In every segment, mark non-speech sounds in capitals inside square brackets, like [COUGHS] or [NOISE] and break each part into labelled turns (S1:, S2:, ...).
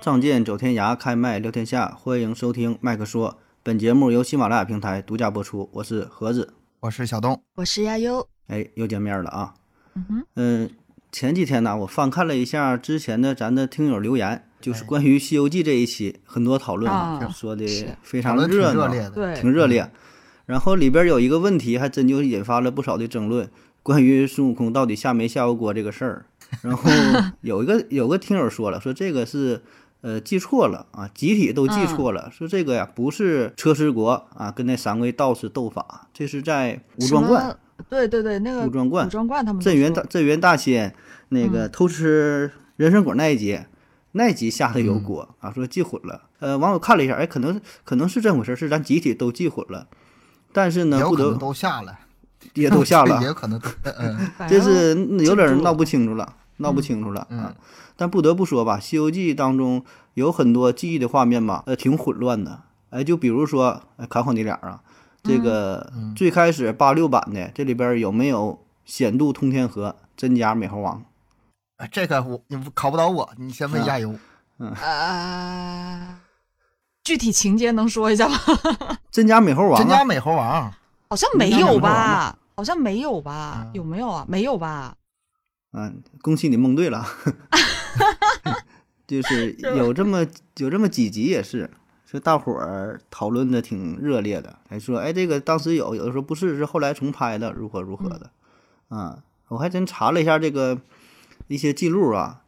S1: 仗剑走天涯，开麦聊天下，欢迎收听麦克说。本节目由喜马拉雅平台独家播出，我是盒子。
S2: 我是小东。
S3: 我是亚优。
S1: 哎，又见面了啊！
S3: 嗯哼，
S1: 嗯，前几天呢，我翻看了一下之前的咱的听友留言，就是关于《西游记》这一期很多讨论啊，
S3: 啊
S1: 说的
S3: 是
S1: 非
S2: 哦讨
S1: 常
S2: 论挺
S1: 热
S2: 热
S1: 闹，
S2: 烈的，
S3: 对，
S1: 挺热烈。然后里边有一个问题，还真就引发了不少的争论，关于孙悟空到底下没下过锅这个事儿。然
S3: [LAUGHS]
S1: 后有一个有个听友说了，说这个是呃记错了啊，集体都
S3: 嗯
S1: 记错了，说这个呀不是车迟国啊跟那三位道士斗法，这是在武装观。
S3: 什么。对对对，那个
S1: 武装观
S3: 武装观他们都
S1: 镇元
S3: 说
S1: 大镇元大仙那个偷吃人参果那一节，那一集下的
S2: 嗯
S1: 有锅、啊，说记混了。呃，完我看了一下，哎，可能可能是这回事儿，是咱集体都记混了。但是
S2: 也
S1: 呢，
S2: 有
S1: 不
S2: 可能
S1: 得
S2: 都下了，
S1: 也都下了
S2: [LAUGHS] 也，有可能都，嗯，
S3: 反
S1: 这
S3: 正
S1: 是有点儿闹哎不清楚了，
S3: 了
S1: 闹不清楚了、
S2: 嗯
S1: 啊。但不得不说吧，《西游记》当中有很多记忆的画面吧，呃，挺混乱的。哎，就比如说，哎，考考你俩啊，这个
S2: 嗯
S1: 最开始八六版的这里边儿有没有显度通天河、真假美猴王？
S2: 啊这个我你考不倒我，你先问
S1: 啊
S2: 亚游。
S3: 呃，具体情节能说一下吗？ [LAUGHS]
S1: 真假美猴王
S2: 真
S1: 啊
S2: 假，美猴王，
S3: 好像没
S2: 你看
S3: 有
S2: 有没有
S3: 吧？好像没有吧
S2: 嗯？
S3: 有没有啊？没有吧？
S1: 嗯，恭喜你蒙对了，就是有这么有这么几集也是，说大伙儿讨论的挺热烈的，还说哎这个当时有，有的说不是，是后来重拍的，如何如何的，啊、我还真查了一下这个一些记录啊，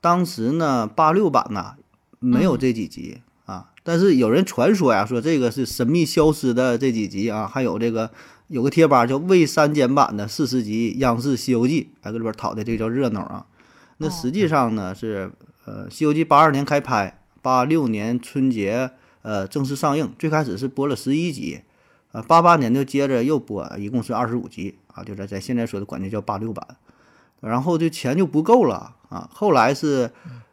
S1: 当时呢八六版呐没有这几集。啊，但是有人传说呀，说这个是神秘消失的这几集啊，还有这个有个贴吧叫“未删减版”的四十集央视《西游记》，还搁里边讨的这个叫热闹啊。那
S3: 哦
S1: 实际上呢是，呃，《西游记》八二年开拍，八六年春节呃正式上映，最开始是播了十一集，呃，八八年就接着又播，一共是二十五集啊，就在在现在说的管这叫八六版。然后这钱就不够了啊，后来是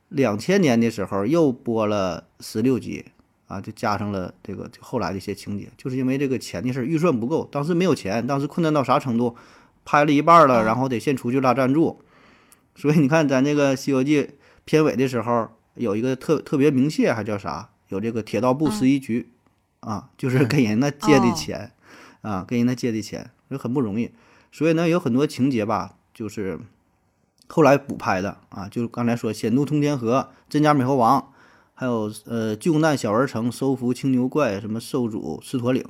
S1: 两千年的时候又播了十六集。啊，就加上了这个就后来的一些情节，就是因为这个钱的事儿，预算不够，当时没有钱，当时困难到啥程度，拍了一半儿了，
S3: 嗯
S1: 然后得先出去拉赞助，所以你看咱这个《西游记》片尾的时候有一个特特别明确，还叫啥？有这个铁道部
S3: 嗯
S1: 十一局，啊，就是给人家借的钱，啊，给人家借的钱，就很不容易。所以呢，有很多情节吧，就是后来补拍的啊，就是刚才说《险渡通天河》《真假美猴王》，还有呃救难小儿城、收服青牛怪、什么受阻狮驼岭，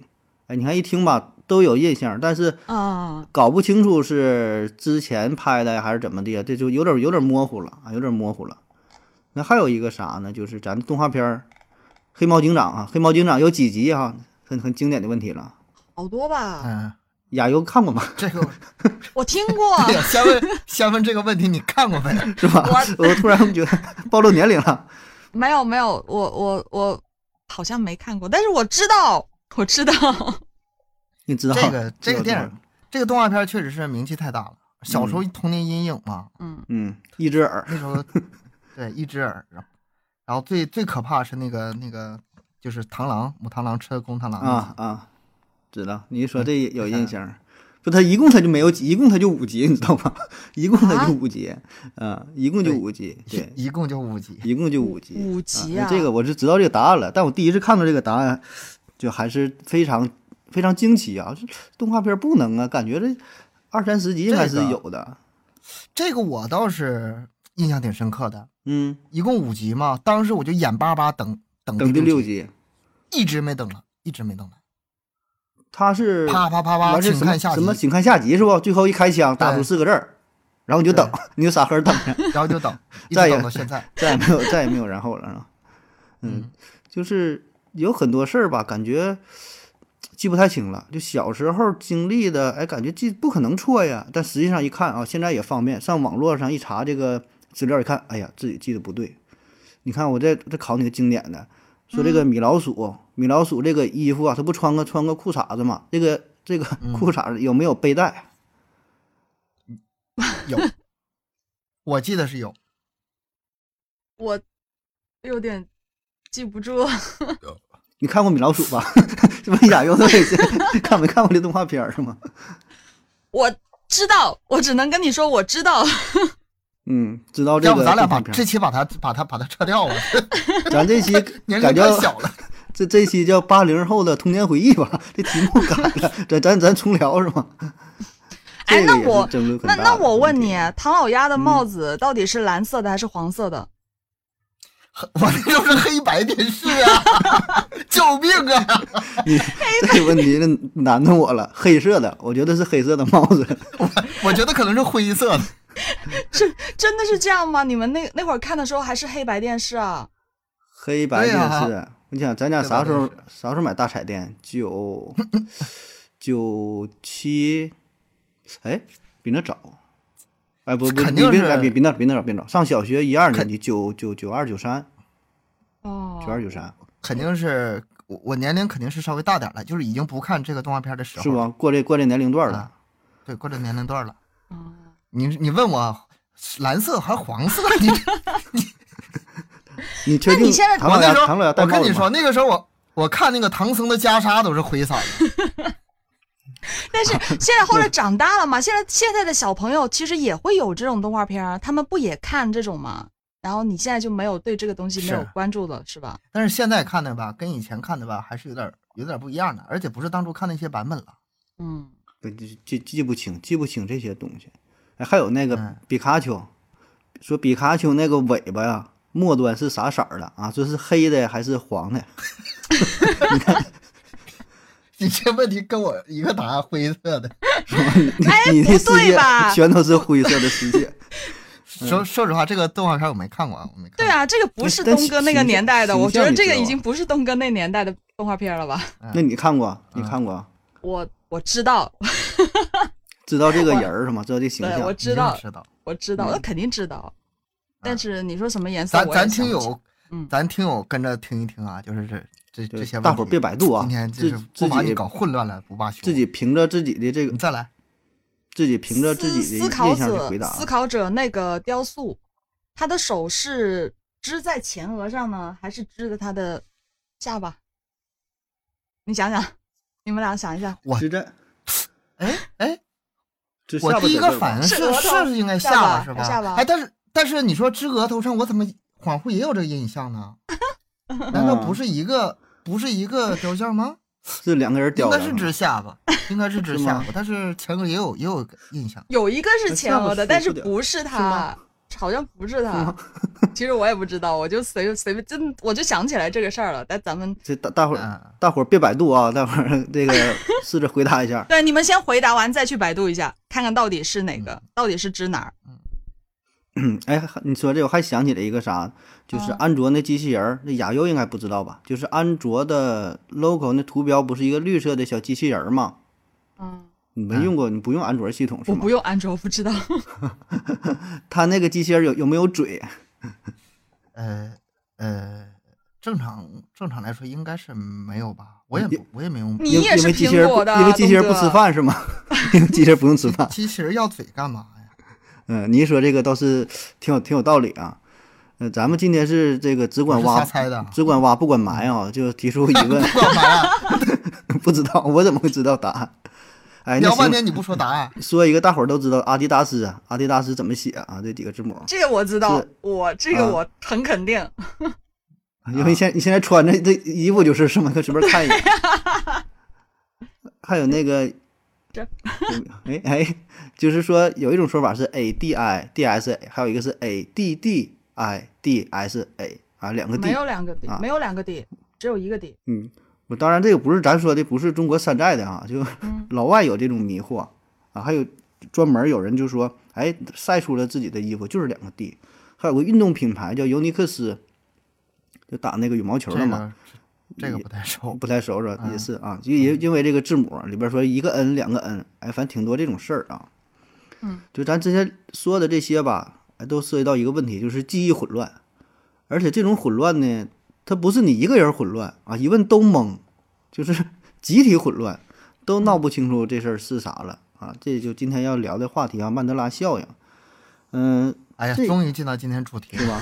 S1: 哎，你看一听吧都有印象，但是
S3: 啊，
S1: 搞不清楚是之前拍的还是怎么的，这就有点有点模糊了啊，有点模糊了。那还有一个啥呢？就是咱动画片儿《黑猫警长》啊，《黑猫警长》有几集啊？很很经典的问题了。
S3: 好多吧？
S2: 嗯，
S1: 亚游看过吗？
S2: 这个，
S3: 我听过
S2: 对呀，先问先问这个问题，你看过没？
S1: 是吧？ [LAUGHS] 我突然觉得暴露年龄了。
S3: 没有没有，我我我好像没看过，但是我知道，我知道。
S1: 你知道
S2: 这个这
S1: 知道
S2: 个电影
S1: 知道
S2: 这个动画片确实是名气太大了，小时候童年阴影嘛，
S3: 嗯，
S1: 嗯，一只耳
S2: 那时
S1: [LAUGHS]
S2: 候对一只耳，然后然后最最可怕是那个那个就是螳螂母螳螂吃公螳螂那集
S1: 啊啊，知道。你一
S2: 嗯
S1: 说这有印象，不，他一共他就没有几，一共他就五集，你知道吗？ [LAUGHS] 一共他就五集，啊，一共就五集，对，
S2: 一共就五集。
S1: 一共就五集。
S3: 五集
S1: 啊这个我是知道这个答案了，但我第一次看到这个答案，就还是非常非常惊奇啊！这动画片不能啊，感觉这二三十集应该是
S2: 这个
S1: 有的。
S2: 这个我倒是印象挺深刻的，
S1: 嗯，
S2: 一共五集嘛，当时我就眼巴巴等等
S1: 等第
S2: 第
S1: 六
S2: 集，
S1: 集，
S2: 一直没等来，一直没等来，
S1: 他是
S2: 啪啪啪啪，
S1: 完事什
S2: 请
S1: 么
S2: 看下
S1: 什
S2: 集，
S1: 么，请看下集是不？最后一开枪打出
S2: 对
S1: 四个字儿，然后你就等，你就傻呵等着，
S2: 然后
S1: [LAUGHS]
S2: 就等，一
S1: 再
S2: 直
S1: 也
S2: 等到现在。
S1: 再也没有 [LAUGHS] 再也没有然后了啊。嗯
S2: 嗯，
S1: 就是有很多事儿吧，感觉记不太清了。就小时候经历的，哎，感觉记不可能错呀。但实际上一看啊，现在也方便，上网络上一查这个资料，一看，哎呀，自己记得不对。你看我这这考你个经典的，说这个米老鼠，米老鼠这个衣服啊，它不穿个穿个裤衩子嘛？这个这个
S2: 嗯
S1: 裤衩子有没有背带？
S2: 有，我记得是有，
S3: 我有点记不住。
S1: 你看过米老鼠吧？ [LAUGHS] 这不亚优的也是 [LAUGHS] 看没看过这动画片儿是吗？
S3: 我知道，我只能跟你说我知道。
S1: 嗯，知道这
S2: 要不
S1: 个
S2: 咱俩
S1: 动画
S2: 把
S1: 片
S2: 这期把它把它把它
S1: [LAUGHS]
S2: 撤掉吧，
S1: 咱这期
S2: [LAUGHS] 年
S1: 改
S2: 龄
S1: 叫
S2: 太小了。 [LAUGHS]
S1: 这这期叫八零后的童年回忆吧，这题目改了，咱咱咱重聊是吗？这
S3: 哎那
S1: 个也是
S3: 我
S1: 争论很
S3: 那
S1: 大
S3: 那
S1: 的
S3: 我问
S1: 题嗯
S3: 你，
S2: [LAUGHS]
S3: 唐老鸭的帽子到底是蓝色的还是黄色的？
S2: 我那就是黑白电视啊， [LAUGHS] 救命啊！
S1: 你这个问题是难到我了。黑色的，我觉得是黑色的帽子。
S2: 我觉得可能是灰色的，
S3: 真的是这样吗？你们那那会儿看的时候还是黑白电视啊？
S1: 黑白电
S2: 对
S1: 视，我想咱俩啥时候
S2: 黑白电
S1: 啥时候买大彩电？九九七，哎，比那早。哎不不，
S2: 肯
S1: 比
S2: 定
S1: 比
S2: 是
S1: 比比那比那早比那早。上小学一二年级，九九九二九三，
S3: 哦
S1: 九，二九三
S2: 肯定是我我年龄肯定是稍微大点了，就是已经不看这个动画片的时候
S1: 是？吧？过这过这年龄段了
S2: 啊，对，过这年龄段了。
S3: 哦
S2: 你你问我蓝色还是黄色？ [LAUGHS] 你
S1: 你确
S3: 那
S1: 定
S3: 你现在
S1: 唐
S2: 我
S1: 老
S2: 那
S1: 鸭
S2: 时
S1: 唐
S2: 候
S1: 老鸭戴
S2: 我跟
S1: 帽子
S2: 你说，
S1: 吗？
S2: 那个时候我我看那个唐僧的袈裟都是灰色的。
S3: 但是现在后来长大了嘛，现在现在的小朋友其实也会有这种动画片儿，啊他们不也看这种吗？然后你现在就没有对这个东西没有
S2: 是
S3: 关注了，是吧？嗯
S2: 但是现在看的吧，跟以前看的吧，还是有点儿有点儿不一样的，而且不是当初看那些版本了。 [LAUGHS]
S3: 嗯，
S1: 不记记记不清，记不清这些东西。哎，还有那个
S2: 嗯
S1: 比卡丘，说比卡丘那个尾巴呀，末端是啥色儿的啊？这是黑的还是黄的？
S2: 你这问题跟我一个答案，灰色
S1: [LAUGHS]
S2: 的。
S3: 哎
S1: 你的
S3: 不
S1: 世
S3: 对
S1: 界
S3: 吧
S1: 全都是灰色的世
S2: [LAUGHS]
S1: 界。嗯
S2: 说说实话，这个动画片我没看过，啊，我没看过。
S3: 对，啊，这个不是
S1: 但
S3: 东哥那个
S1: 形
S3: 年代的，
S1: 形
S3: 我觉
S1: 象
S3: 得
S1: 你
S3: 这
S1: 知
S3: 个
S1: 道
S3: 已
S1: 吧
S3: 经不是东哥那年代的动画片了吧？ [LAUGHS]
S2: 嗯
S1: 那你看过？你看过？
S3: 我我知道，
S1: 知道这个人儿是吗？知道这形
S3: 对，我
S1: 象？
S3: 知道，
S2: 知道。
S3: 我知
S1: 嗯
S3: 道，
S1: 啊
S3: 那肯定知道。但是你说什么颜色
S2: 咱，
S3: 我也
S2: 咱
S3: 想
S2: 听
S3: 不起
S2: 友，
S3: 嗯
S2: 咱听友跟着听一听啊，就是这这
S1: 就
S2: 这些问题。
S1: 大伙儿别百度啊
S2: 今天就
S1: 自
S2: 是
S1: 自
S2: 不把
S1: 己
S2: 你搞混乱了，不罢休。
S1: 自己凭着自己的这个
S2: 你，再来。
S1: 自己凭着自
S3: 思
S1: 己的
S3: 思考
S1: 印象去
S3: 者
S1: 回答。啊
S3: 思考者那个雕塑，他的手是支在前额上呢，还是支在他的下巴？你想想，你们俩想一下，
S2: 我
S1: 是在，
S2: 哎哎，
S1: 这下
S2: 我
S1: 巴
S2: 第一
S1: 在
S2: 个
S1: 这儿吧
S2: 反应
S3: 是
S2: 是
S3: 额头
S2: 是应该
S3: 下巴
S2: 巴是
S3: 下巴
S2: 哎，但是但是你说支额头上，我怎么恍惚也有这个印象呢？难道不是一个不是一个雕像吗？
S1: 是两个人
S2: 应
S1: 雕
S2: 该
S1: 的
S2: 是
S1: 吗。
S2: 指下巴，应该是指
S1: 是
S2: 下
S1: 吗
S2: 巴，但是前额也有也有印象。
S3: 有一个是前额的，
S1: 那下巴
S3: 但
S1: 是
S3: 是
S1: 不是
S3: 不是
S1: 是
S3: 他
S1: 吗，
S3: 好像不是他。其实我也不知道，我就随随便真我就想起来这个事儿了。但咱们
S1: 这大大伙儿
S2: 嗯
S1: 大伙儿别百度啊！大伙儿 [LAUGHS] 这个试着回答一下。
S3: 对你们先回答完再去百度一下，看看到底是哪个，到底是支哪儿。
S1: 嗯，哎，还你说这我还想起来一个啥，就是
S3: 啊
S1: 安卓那机器人儿，那亚优应该不知道吧？就是安卓的 logo 那图标不是一个绿色的小机器人儿吗？
S3: 嗯，
S1: 你没用过，你不用安卓系统是
S3: 我
S1: 吗
S3: 不？用安卓，不知
S1: [LAUGHS]
S3: 道。
S1: 它那个机器人儿有有没有嘴？
S2: 呃呃，正常正常来说应该是没有吧？我也不我也没用。
S3: 你
S1: 因为
S3: 也
S1: 因
S3: 是
S1: 为机器人
S3: 苹
S1: 儿
S3: 果的
S1: 不，因为机器人儿不
S3: 东哥
S1: 吃饭是吗？ [LAUGHS] 因为机器人儿不用吃饭。
S2: 机器人要嘴干嘛呀？
S1: 嗯，你一说这个倒是挺有挺有道理啊。嗯，咱们今天是这个只管
S2: 我是
S1: 挖
S2: 瞎，猜 [LAUGHS] 的。
S1: 只
S3: 嗯
S1: 管挖不管埋啊，就提出疑问，
S2: 干嘛呀？
S1: 不知道我怎么会知道答案？哎，那
S2: 聊半
S1: 行，
S2: 天你不说答案，
S1: 说一个大伙儿都知道阿迪达斯，啊，阿迪达斯怎么写啊？这几个字母，
S3: 这个我知道
S1: 是，
S3: 我这个
S1: 啊
S3: 我很肯定。
S1: 因为现你现在穿着这衣服就是是吗？可随便看一眼。还有那个，
S3: 这
S1: 哎哎，就是说有一种说法是 A D I D S A，还有一个是 A D D I D S A 啊，两个 D
S3: 没。有两个 D，、
S1: 啊
S3: 没有两个 D，只有一个 D。
S1: 嗯，我当然这个不是咱说的，不是中国山寨的啊，就
S3: 嗯
S1: [LAUGHS] 老外有这种迷惑啊，还有专门有人就说，哎，晒出了自己的衣服就是两个 D，还有个运动品牌叫尤尼克斯，就打那个羽毛球
S2: 这
S1: 的嘛。
S2: 个这个不太熟。
S1: 不太熟是吧？也
S2: 嗯
S1: 是啊，就因因为这个字母里边说一个 n 两个 n，哎，反正挺多这种事儿啊。
S3: 嗯，
S1: 就咱之前说的这些吧，哎，都涉及到一个问题，就是记忆混乱，而且这种混乱呢，它不是你一个人混乱啊，一问都懵，就是 [LAUGHS] 集体混乱，都闹不清楚这事儿是啥了啊。这就今天要聊的话题啊，曼德拉效应。嗯，
S2: 哎呀
S1: 这，
S2: 终于进到今天主题
S1: 是
S2: 了，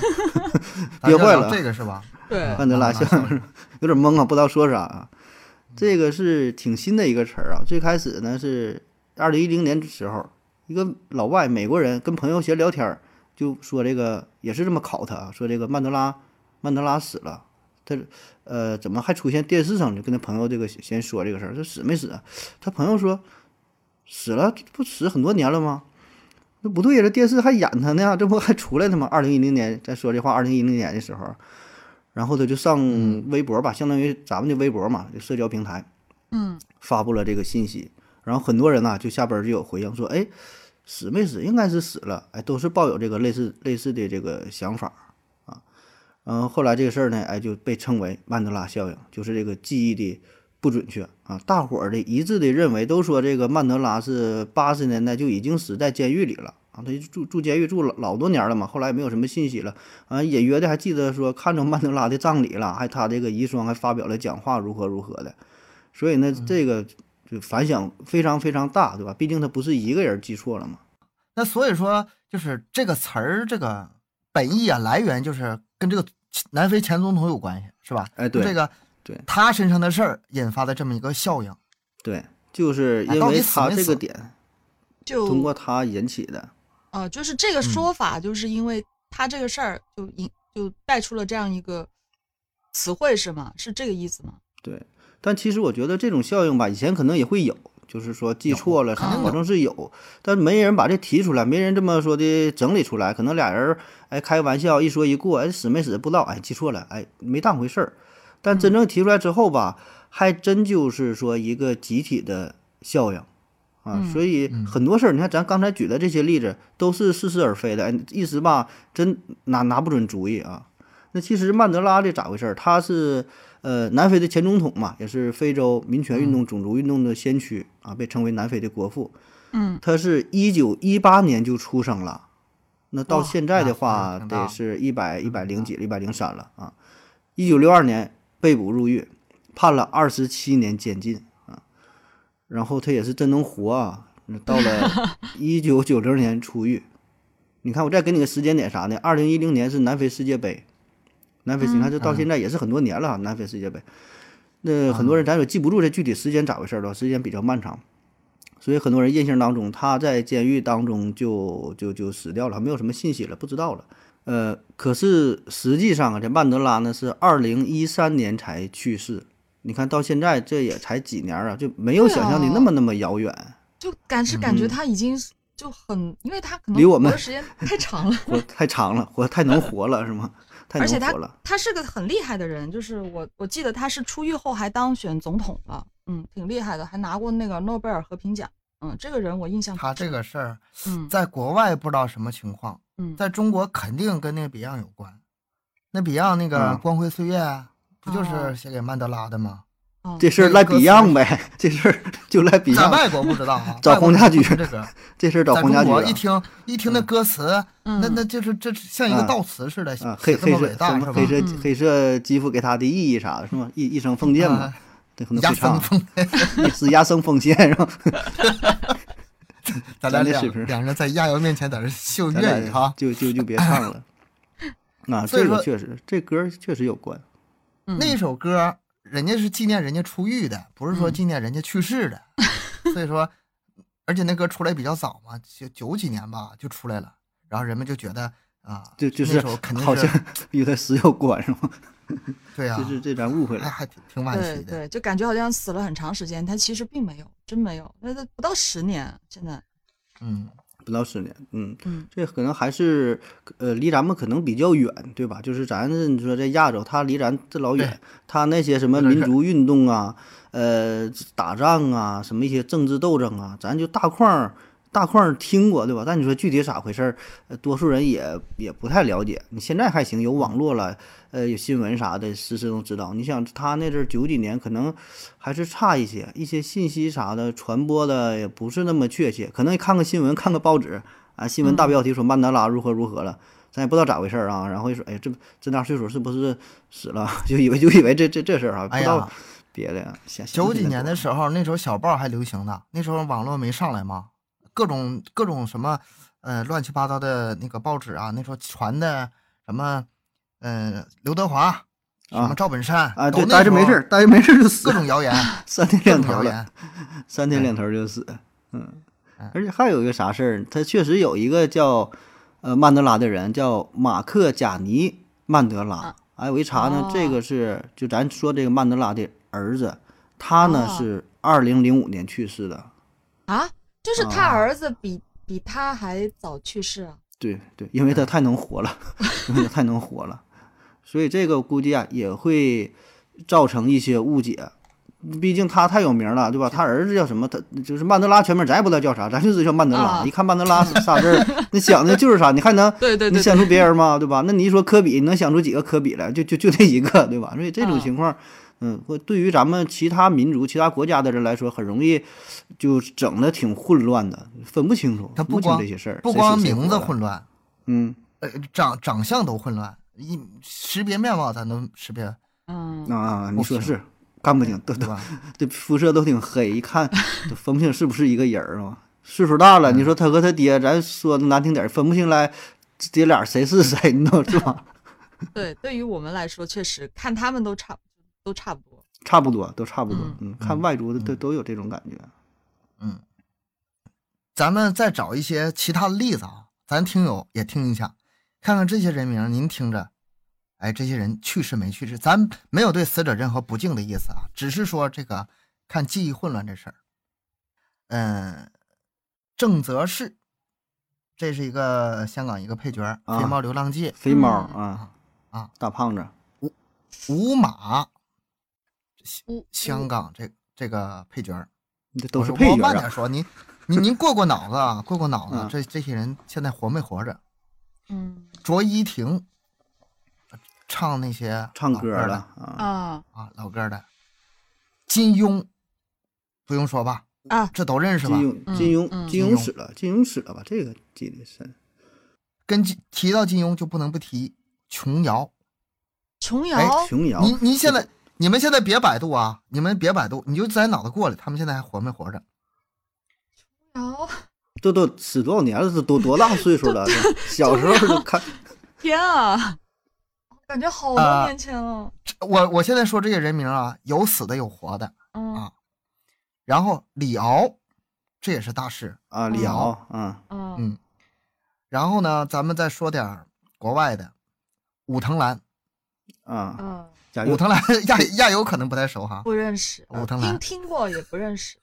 S1: 吧？
S2: [LAUGHS] 咱就
S1: 憋坏
S2: 聊
S1: 了
S2: 这个
S1: [LAUGHS]
S2: 是吧？
S3: 对，
S2: 嗯
S1: 曼德拉效应， [LAUGHS] 有点懵啊，不知道说啥啊。这个是挺新的一个词儿啊，最开始呢是二零一零年的时候，一个老外美国人跟朋友闲聊天儿，就说这个也是这么考他啊，说这个曼德拉，曼德拉死了，他呃怎么还出现电视上呢？就跟他朋友这个先说这个事儿，他死没死啊？他朋友说死了，不死很多年了吗？那不对呀，这电视还演他呢，这不还出来他妈？二零一零年再说这话，二零一零年的时候，然后他就上微博吧，相当于咱们的微博嘛，这社交平台，
S3: 嗯，
S1: 发布了这个信息，然后很多人呐、就下边儿就有回应说，哎，死没死？应该是死了，哎，都是抱有这个类似类似的这个想法儿啊。然后后来这个事儿呢，哎，就被称为曼德拉效应，就是这个记忆的不准确啊。大伙儿的一致的认为，都说这个曼德拉是八十年代就已经死在监狱里了啊，他就住住监狱住了老多年了嘛，后来也没有什么信息了啊，隐约的还记得说看着曼德拉的葬礼了，还他这个遗孀还发表了讲话，如何如何的。所以呢，
S2: 嗯
S1: 这个就反响非常非常大，对吧？毕竟他不是一个人记错了嘛。
S2: [LAUGHS] 那所以说，就是这个词儿这个本意啊，来源就是跟这个南非前总统有关系，是吧？
S1: 哎对
S2: 这个
S1: 对
S2: 他身上的事儿引发的这么一个效应。
S1: 对，就是因
S2: 哎到底
S1: 为
S2: 死
S1: 他
S2: 没
S1: 这
S2: 死
S1: 个点，
S3: 就
S1: 通过嗯他引起的。
S3: 呃，就是这个说法，就是因为他这个事儿就引就带出了这样一个词汇，是吗？是这个意思吗？
S1: 对，但其实我觉得这种效应吧，以前可能也会有，就是说记错了，
S2: 肯定有
S1: 保证是有，但没人把这提出来，没人这么说的整理出来。可能俩人哎开玩笑一说一过，哎死没死不知道，哎记错了，哎没当回事儿。但
S3: 嗯
S1: 真正提出来之后吧，还真就是说一个集体的效应。啊，
S3: 嗯
S1: 所以很多事儿，你看咱刚才举的这些例子，都是似是而非的，哎一时吧，真拿拿不准主意啊。那其实曼德拉这咋回事儿？他是呃南非的前总统嘛，也是非洲民权运动、种族运动的先驱啊，被称为南非的国父。
S3: 嗯，
S1: 他是一九一八年就出生了，那到
S3: 哇
S1: 现在
S2: 那
S1: 的话
S2: 挺大嗯
S1: 得
S2: 了
S1: 是一百一百零
S2: 大
S1: 几了，一百零三了啊。一九六二年被捕入狱，判了二十七年监禁啊。然后他也是真能活啊，到了
S2: [LAUGHS]
S1: 一九九零年出狱。你看，我再给你个时间点啥呢？二零一零年是南非世界杯，南非世界
S3: 嗯
S1: 你看这到现在也是很多年了啊，南非世界杯。那很多
S3: 嗯
S1: 人咱也记不住这具体时间咋回事儿了，时间比较漫长，所以很多人印象当中他在监狱当中就就就死掉了，没有什么信息了，不知道了。呃，可是实际上啊，这曼德拉呢是二零一三年才去世，你看到现在这也才几年啊，就没有
S3: 对啊
S1: 想象的那么那么遥远，
S3: 就感是感觉
S1: 嗯
S3: 他已经就很，因为他可能
S1: 离我
S3: 活
S1: 们，
S3: 的时间太长了
S1: 活太长了，活太能活了是吗？太
S3: 而且
S1: 能
S3: 他
S1: 活了，
S3: 他是个很厉害的人，就是我我记得他是出狱后还当选总统了，嗯，挺厉害的，还拿过那个诺贝尔和平奖，嗯，这个人我印象
S2: 他这个事儿
S3: 嗯
S2: 在国外不知道什么情况，
S3: 嗯
S2: 在中国肯定跟那个 Beyond 有关。那 Beyond 那个
S1: 嗯
S2: 《光辉岁月》啊不就
S3: 哦
S2: 是写给曼德拉的
S1: [LAUGHS]
S2: 吗？
S3: 哦
S1: 这事儿
S2: 那
S1: 赖
S2: 个歌词
S1: Beyond 呗，这事儿 [LAUGHS] 就赖
S2: 在
S1: Beyond，
S2: 外国不知道
S1: [LAUGHS]
S2: 啊，
S1: 找
S2: 外国
S1: 黄家驹
S2: 不知道这个
S1: 这事儿找
S2: 在
S1: 黄
S2: 中
S1: 家驹啊
S2: 国
S1: 了
S2: 一听一听那歌词，
S3: 嗯
S2: 那那就是这像一个
S1: 啊
S2: 悼词似的，
S1: 啊，黑
S2: 写这
S1: 黑
S2: 么
S1: 色
S2: 伟大
S1: 什
S2: 是
S1: 么
S2: 吧？
S1: 黑色
S3: 嗯
S1: 黑色肌肤给他的意义啥的，是吗？一一生奉献嘛
S2: 啊，
S1: 对，可能
S2: 压
S1: 会
S2: 风
S1: 唱
S2: 风，
S1: 是压生奉献是吧？
S2: [LAUGHS] 咱
S1: 咱
S2: 俩
S1: 这
S2: 两
S1: 水平
S2: 两个人在亚瑶面前在这秀
S1: 咱
S2: 粤语
S1: 俩 [LAUGHS]
S2: 哈。
S1: 就就就别唱了。啊，
S2: [LAUGHS] 所以
S1: 这
S2: 说
S1: 个确实，这歌儿确实有关。
S3: 嗯
S2: 那首歌人家是纪念人家出狱的，不是
S3: 嗯
S2: 说纪念人家去世
S3: [LAUGHS]
S2: 的，所以说，而且那歌出来比较早嘛，就九几年吧就出来了，然后人们就觉得啊，
S1: 就就
S2: 那
S1: 是
S2: 首肯定
S1: 好
S2: 是
S1: 像 [LAUGHS] 与他死有关是吗？
S2: 对啊，
S1: 就是这咱误会
S2: 还
S1: 了。
S2: 还挺挺惋
S3: 对
S2: 惜的。
S3: 对，就感觉好像死了很长时间，他其实并没有，真没有，那都不到十年，啊现在，
S2: 嗯，
S1: 不到十年，嗯
S3: 嗯，
S1: 这可能还是呃离咱们可能比较远，对吧？就是咱是你说在亚洲，他离咱这老远
S2: 对，
S1: 他那些什么民族运动啊，呃，打仗啊，什么一些政治斗争啊，咱就大框儿大框儿听过，对吧？但你说具体咋回事儿，呃多数人也也不太了解。你现在还行，有网络了，呃，有新闻啥的，时时都知道。你想他那阵儿九几年，可能还是差一些，一些信息啥的传播的也不是那么确切，可能看个新闻，看个报纸啊，新闻大
S2: 嗯
S1: 标题说曼德拉如何如何了。咱也不知道咋回事儿啊，然后一说，哎呀，这这大岁数是不是死了？ [LAUGHS] 就以为就以为这这这事儿啊，不
S2: 哎
S1: 知道
S2: 呀，
S1: 别的呀，想
S2: 九几年的
S1: 事，
S2: 时候，那时候小报还流行呢，那时候网络没上来嘛，各种各种什么，呃，乱七八糟的那个报纸啊，那时候传的什么，呃，刘德华，什么
S1: 啊
S2: 赵本山
S1: 啊，
S2: 都
S1: 对，
S2: 那
S1: 待着
S2: 时候
S1: 没事儿，待着没事儿就死
S2: 各
S1: 了，[LAUGHS]
S2: 种谣言，
S1: 三天
S2: 各
S1: 两
S2: 种
S1: 头
S2: 谣
S1: 了，
S2: 言，
S3: 哎
S1: 三天两头就死，嗯，而且还有一个啥事儿，他确实有一个叫呃曼德拉的人叫马克贾尼曼德拉
S3: 啊。
S1: 哎，我一查呢，
S3: 哦
S1: 这个是就咱说这个曼德拉的儿子，他呢
S3: 哦
S1: 是二零零五年去世的。
S3: 啊，就是他
S1: 啊
S3: 儿子比、比他还早去
S1: [LAUGHS]
S3: 世啊。
S1: 对对，因为
S2: 嗯
S1: 他太能活了，因为他太能活了，所以这个估计啊也会造成一些误解。毕竟他太有名了，对吧？他儿子叫什么？他就是曼德拉全名，咱也不知道叫啥，咱就知道叫曼德拉。
S3: 啊
S1: 一看曼德拉仨字儿， [LAUGHS] 那想的就是啥？你还能
S3: 对对
S1: 你想出别人吗？对吧？那你一说科比，你能想出几个科比来？就就就这一个，对吧？所以这种
S2: 啊
S3: 嗯
S1: 情况，嗯，会对于咱们其他民族、其他国家的人来说，很容易就整的挺混乱的，分不清楚，
S2: 他不
S1: 分清
S2: 光
S1: 这些事儿，
S2: 不
S1: 谁
S2: 光
S1: 是谁
S2: 名
S1: 活
S2: 字
S1: 的
S2: 混乱，
S1: 嗯
S2: 呃，长长相都混乱，一识别面貌咱都识别
S3: 嗯，
S1: 啊，你
S2: 不
S1: 说
S2: 行嗯
S1: 是干不净，都
S2: 对
S1: 都
S2: 吧？
S1: 这肤色都挺黑，一看都分不清是不是一个人儿嘛。岁数大了，你说他和他爹，咱说的难听点儿，分不清来爹俩谁是谁，你知道是吧？ [LAUGHS]
S3: 对，对于我们来说，确实看他们都差都差不多。
S1: 差不多，都差不多。嗯，看
S2: 嗯
S1: 外族的都
S2: 嗯
S1: 都有这种感觉。
S2: 嗯，咱们再找一些其他的例子啊，咱听友也听一下，看看这些人名，您听着，哎，这些人去世没去世？咱没有对死者任何不敬的意思啊，只是说这个看记忆混乱这事儿。嗯，郑则仕，这是一个香港一个配角儿，
S1: 啊
S2: 《飞猫流浪记》
S1: 肥猫
S3: 嗯
S1: 啊
S2: 啊，
S1: 大胖子，
S2: 吴马，
S3: 我
S2: 香港这这个配角儿，
S1: 你这都是
S2: 我
S1: 配角
S2: 我慢点
S1: 啊。
S2: 说，您您您过过脑子啊，过
S1: [LAUGHS]
S2: 过脑子
S1: 嗯，
S2: 这这些人现在活没活着？
S3: 嗯
S2: 卓依婷唱那些
S1: 唱
S2: 老
S1: 歌
S2: 儿
S1: 的
S2: 的
S1: 啊，
S3: 啊
S2: 啊，老歌儿的，金庸不用说吧，
S3: 啊，
S2: 这都认识
S1: 金
S2: 吧？
S1: 庸，金
S3: 嗯
S1: 庸，
S3: 嗯
S1: 金
S2: 金
S1: 庸
S2: 庸
S1: 死了，金庸死了吧？这个记得深。
S2: 跟金提到金庸就不能不提琼瑶。
S3: 琼瑶
S2: 哎
S1: 琼瑶，
S2: 您您现在你们现在别百度啊，你们别百度，你就在脑子过来，他们现在还活没活着？
S3: 瑶，
S1: 都都死多少年了？都都多大岁数了？这小时候就看，
S3: 天啊，感觉好多
S2: 啊
S3: 年前哦了。
S2: 这我我现在说这些人名啊，有死的有活的。
S3: 嗯
S2: 啊然后李敖，这也是大师，
S1: 啊，李敖啊，
S3: 嗯
S2: 嗯，然后呢，咱们再说点儿国外的，武藤兰，
S1: 啊，
S3: 嗯，
S1: 贾
S2: 武
S1: 跃
S2: 藤兰 [LAUGHS] 亚亚友可能不太熟哈。
S3: 不认识，
S2: 武藤
S3: 听
S2: 兰，
S3: 听过也不认识。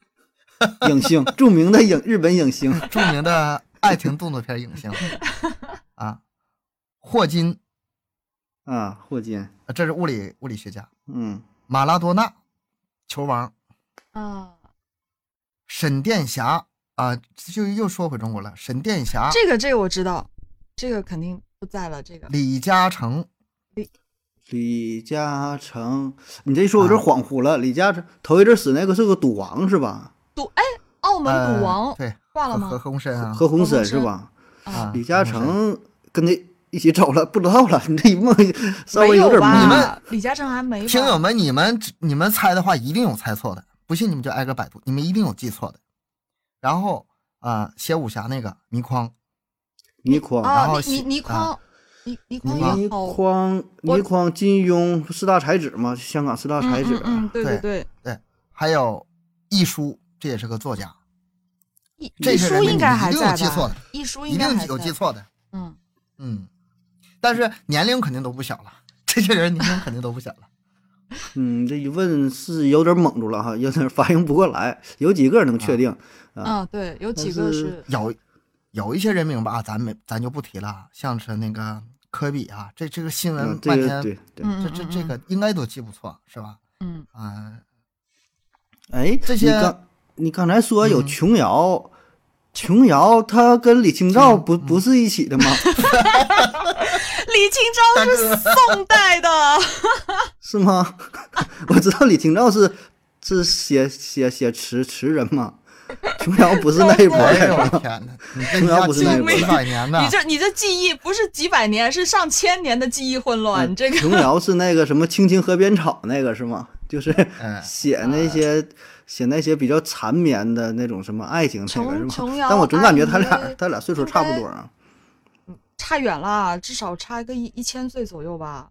S1: 影星，著名的影日本影星
S2: 著名的爱情动作片影
S3: [LAUGHS]
S2: 星啊，霍金，
S1: 啊，霍金，
S2: 呃这是物理物理学家，
S1: 嗯，
S2: 马拉多纳，球王，
S3: 啊，
S2: 沈殿霞啊，就又说回中国了，沈殿霞，
S3: 这个这个我知道，这个肯定不在了。这个
S2: 李嘉诚，
S1: 李嘉诚。你这一说，我
S3: 啊
S1: 有点恍惚了。李嘉诚头一阵死那个是个赌王是吧？
S3: 赌哎，澳门
S2: 呃
S3: 赌王
S2: 对，
S3: 挂了
S2: 何何鸿
S3: 吗？
S2: 燊啊，
S1: 何鸿燊
S3: 燊
S1: 是吧？
S2: 啊
S3: 啊，
S1: 李嘉
S2: 何鸿燊
S1: 诚跟他一起走了，不知道了。你这一梦稍微
S3: 没
S1: 有点迷
S2: 你
S3: 吧？
S1: 茫。
S2: 们
S3: 李嘉诚还没吧
S2: 听友们，你们你们猜的话一定有猜错的，不信你们就挨个百度，你们一定有记错的。然后啊、呃写武侠那个倪匡，
S1: 倪匡，
S2: 然
S3: 啊
S2: 后，
S3: 倪倪
S2: 喜
S3: 倪匡，倪倪匡
S2: 啊
S1: 倪
S3: 也好，
S1: 匡，
S3: 哦我
S1: 倪匡，金庸四大才子嘛，香港四大才
S3: 嗯
S1: 子啊
S3: 嗯。嗯，对对
S2: 啊对
S3: 对，
S2: 还有一书，这也是个作家，
S3: 一
S2: 这
S3: 一
S2: 些
S3: 书
S2: 人
S3: 应
S2: 你
S3: 该
S2: 一
S3: 还
S2: 定
S3: 在
S2: 有记错的？
S3: 吧一书
S2: 一
S3: 应该
S2: 定
S3: 还
S2: 有
S3: 在
S2: 记错的。
S3: 嗯，
S2: 嗯，但是年龄肯定都不小了，这些人年龄肯定都不小
S3: [LAUGHS]
S2: 了。
S1: 嗯，这一问是有点懵住了哈，有点 [LAUGHS] 反应不过来。有几个能确定？啊
S3: 嗯，对，有
S1: 但
S3: 几个
S1: 是
S3: 是
S2: 有有一些人名吧，啊咱没咱就不提了，啊像是那个科比啊，这这个新闻
S1: 嗯，
S2: 半
S1: 这
S2: 天，
S1: 个对对。
S3: 嗯
S2: 这这这，
S3: 嗯
S2: 个应该都记不错是吧？
S3: 嗯
S2: 啊、
S3: [LAUGHS]
S1: 哎，
S2: 这
S1: 你
S2: 些
S1: 刚你刚才说有
S2: 嗯
S1: 琼瑶，琼瑶她跟李清照不不是一起的
S2: [LAUGHS]
S1: 吗？
S3: 嗯李清照是宋代的，
S1: 是吗？ [LAUGHS] 我知道李清照是是写写写词词人嘛，琼瑶不是那
S2: [LAUGHS]
S1: 一波
S2: 哎
S1: 的
S2: 呦我
S1: 吗？
S2: 天哪！你这
S1: 琼瑶
S2: 要
S1: 不是
S2: 记
S1: [LAUGHS] [LAUGHS] 那一
S2: 几
S1: 波
S2: 百年呢
S3: [LAUGHS] 你？这你这记忆不是几百年，是上千年的记忆混
S2: 啊
S3: 乱，你这个
S1: [LAUGHS] 琼瑶是那个什么《青青河边草》那个是吗？就是 [LAUGHS]
S2: 嗯
S1: 写那些写那些比较缠绵的那种什么爱情那个
S3: 琼
S1: 是吗？
S3: 琼瑶，
S1: 但我总感觉他
S3: 阿
S1: 俩
S3: 姨
S1: 他俩岁数差不多啊，
S3: 差远了，至少差个一一千岁左右吧，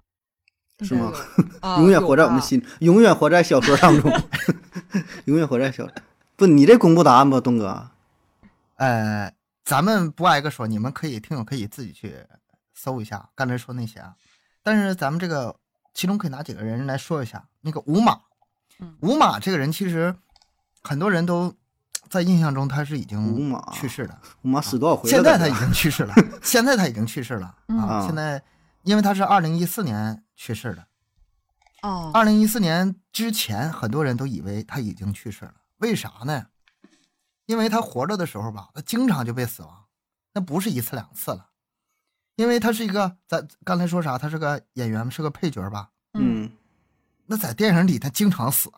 S1: 是吗
S3: 应
S1: [LAUGHS]
S3: 该有？啊
S1: 永远活在我们。
S3: 有吧
S1: 心，永远活在小说当中， [LAUGHS] 永远活在小。不，你这公布答案吧，东哥。
S2: 呃，咱们不挨个说，你们可以听友可以自己去搜一下刚才说那些啊。但是咱们这个其中可以拿几个人来说一下，那个五马
S3: 嗯，
S2: 五马这个人其实很多人都在印象中他是已
S1: 五
S2: 经
S1: 马
S2: 去 [LAUGHS] 世了，
S1: 我妈死多少回了？
S2: 现在他
S1: 感
S2: 已
S1: 觉
S2: 经去
S1: [LAUGHS]
S2: 世了，现在他已经去世了
S1: 嗯
S2: 啊！现在因为他是二零一四年去世的，
S3: 哦，
S2: 二零一四年之前很多人都以为他已经去世了，为啥呢？因为他活着的时候吧，他经常就被死亡，那不是一次两次了，因为他是一个咱刚才说啥，他是个演员，是个配角吧？
S1: 嗯
S2: 那在电影里他经常死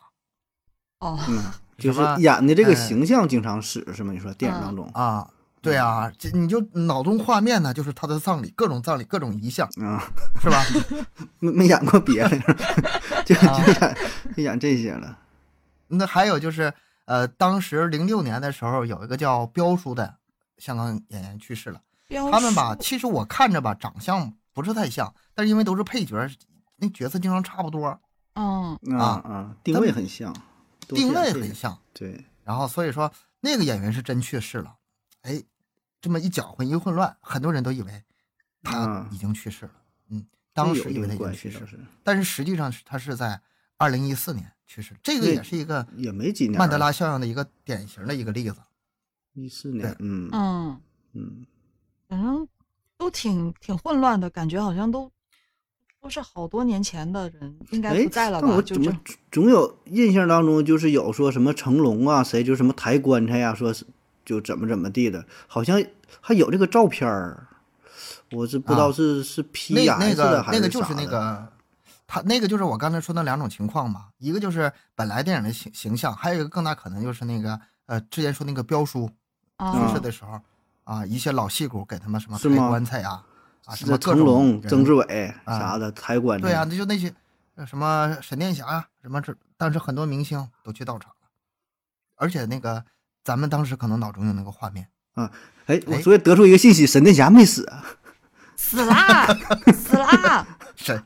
S3: 哦，
S2: [LAUGHS]
S1: 嗯，就是
S2: 什么
S1: 演的这个
S2: 呃
S1: 形象经常使是吗？你说电影当中，
S2: 啊，对啊，这你就脑中画面呢，就是他的葬礼，各种葬礼，各种遗像，
S3: 嗯
S1: 啊，
S2: 是吧？ [LAUGHS]
S1: 没没演过别的， [LAUGHS] 就
S2: 啊
S1: 就演就演这些了。
S2: 那还有就是，呃，当时零六年的时候，有一个叫彪叔的香港演员去世了。
S1: 哦
S3: 标
S2: 他们吧，
S3: 识
S2: 其实我看着吧，长相不是太像，但是因为都是配角，那角色经常差不多，
S3: 嗯
S1: 啊
S2: 啊
S1: 啊，定位很像，都是
S2: 定位
S1: 演这
S2: 很
S1: 些
S2: 像。
S1: 对，
S2: 然后所以说，那个演员是真去世了。哎，这么一搅和，一混乱，很多人都以为他
S1: 啊
S2: 已经去世了。嗯，当
S1: 这
S2: 时以
S1: 有
S2: 为
S1: 这
S2: 他
S1: 个
S2: 已经
S1: 关
S2: 去
S1: 系
S2: 世
S1: 倒
S2: 了，
S1: 是
S2: 但是实际上是他是在二零一四年去世，这个
S1: 对
S2: 也是一个
S1: 也没几年。
S2: 曼德拉效应的一个典型的一个例子。
S1: 一四年，嗯
S3: 嗯，
S1: 嗯，
S3: 反正都挺挺混乱的，感觉好像都都是好多年前的人，应该
S1: 哎
S3: 不，在了
S1: 但
S3: 吧？
S1: 我
S3: 就
S1: 怎
S3: 这
S1: 么总总有印象当中就是有说什么成龙啊，谁就什么抬棺材呀，说是就怎么怎么地的，好像还有这个照片儿。我是不知道
S2: 啊
S1: 是是 P
S2: 那
S1: S
S2: 那
S1: 的
S2: 个
S1: 还
S2: 那个
S1: 啥
S2: 就是那
S1: 的
S2: 个，他那个就是我刚才说那两种情况嘛，一个就是本来电影的形形象，还有一个更大可能就是那个呃之前说那个彪叔去
S3: 啊
S2: 世的时候啊，一些老戏骨给他们什么
S1: 是
S2: 抬
S1: 吗
S2: 棺材啊啊什
S1: 是
S2: 么各
S1: 成
S2: 种
S1: 龙、
S2: 人
S1: 曾志伟
S2: 啊
S1: 啥的抬棺材。
S2: 对啊，那就那些呃什么闪电侠啊什么这，但是很多明星都去到场了，而且那个咱们当时可能脑中有那个
S1: [LAUGHS]
S2: 画面，
S1: 哎，我
S2: 哎
S1: 昨天得出一个信息，神盾侠没死啊。
S3: 死
S1: [LAUGHS]
S3: 啦死啦
S2: 是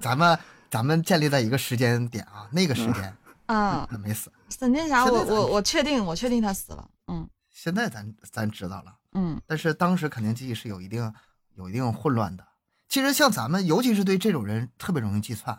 S2: 咱们咱们建立在一个时间点啊，那个时
S1: [LAUGHS]
S2: 间
S3: 啊！
S2: 他没死，
S3: 沈殿霞，
S2: 现在
S3: 我
S2: 咱
S3: 我我确定，我确定他死了。嗯
S2: 现在咱咱知道了。
S3: 嗯
S2: 但是当时肯定记忆是有一定有一定混乱的。其实像咱们，尤其是对这种人特别容易计算，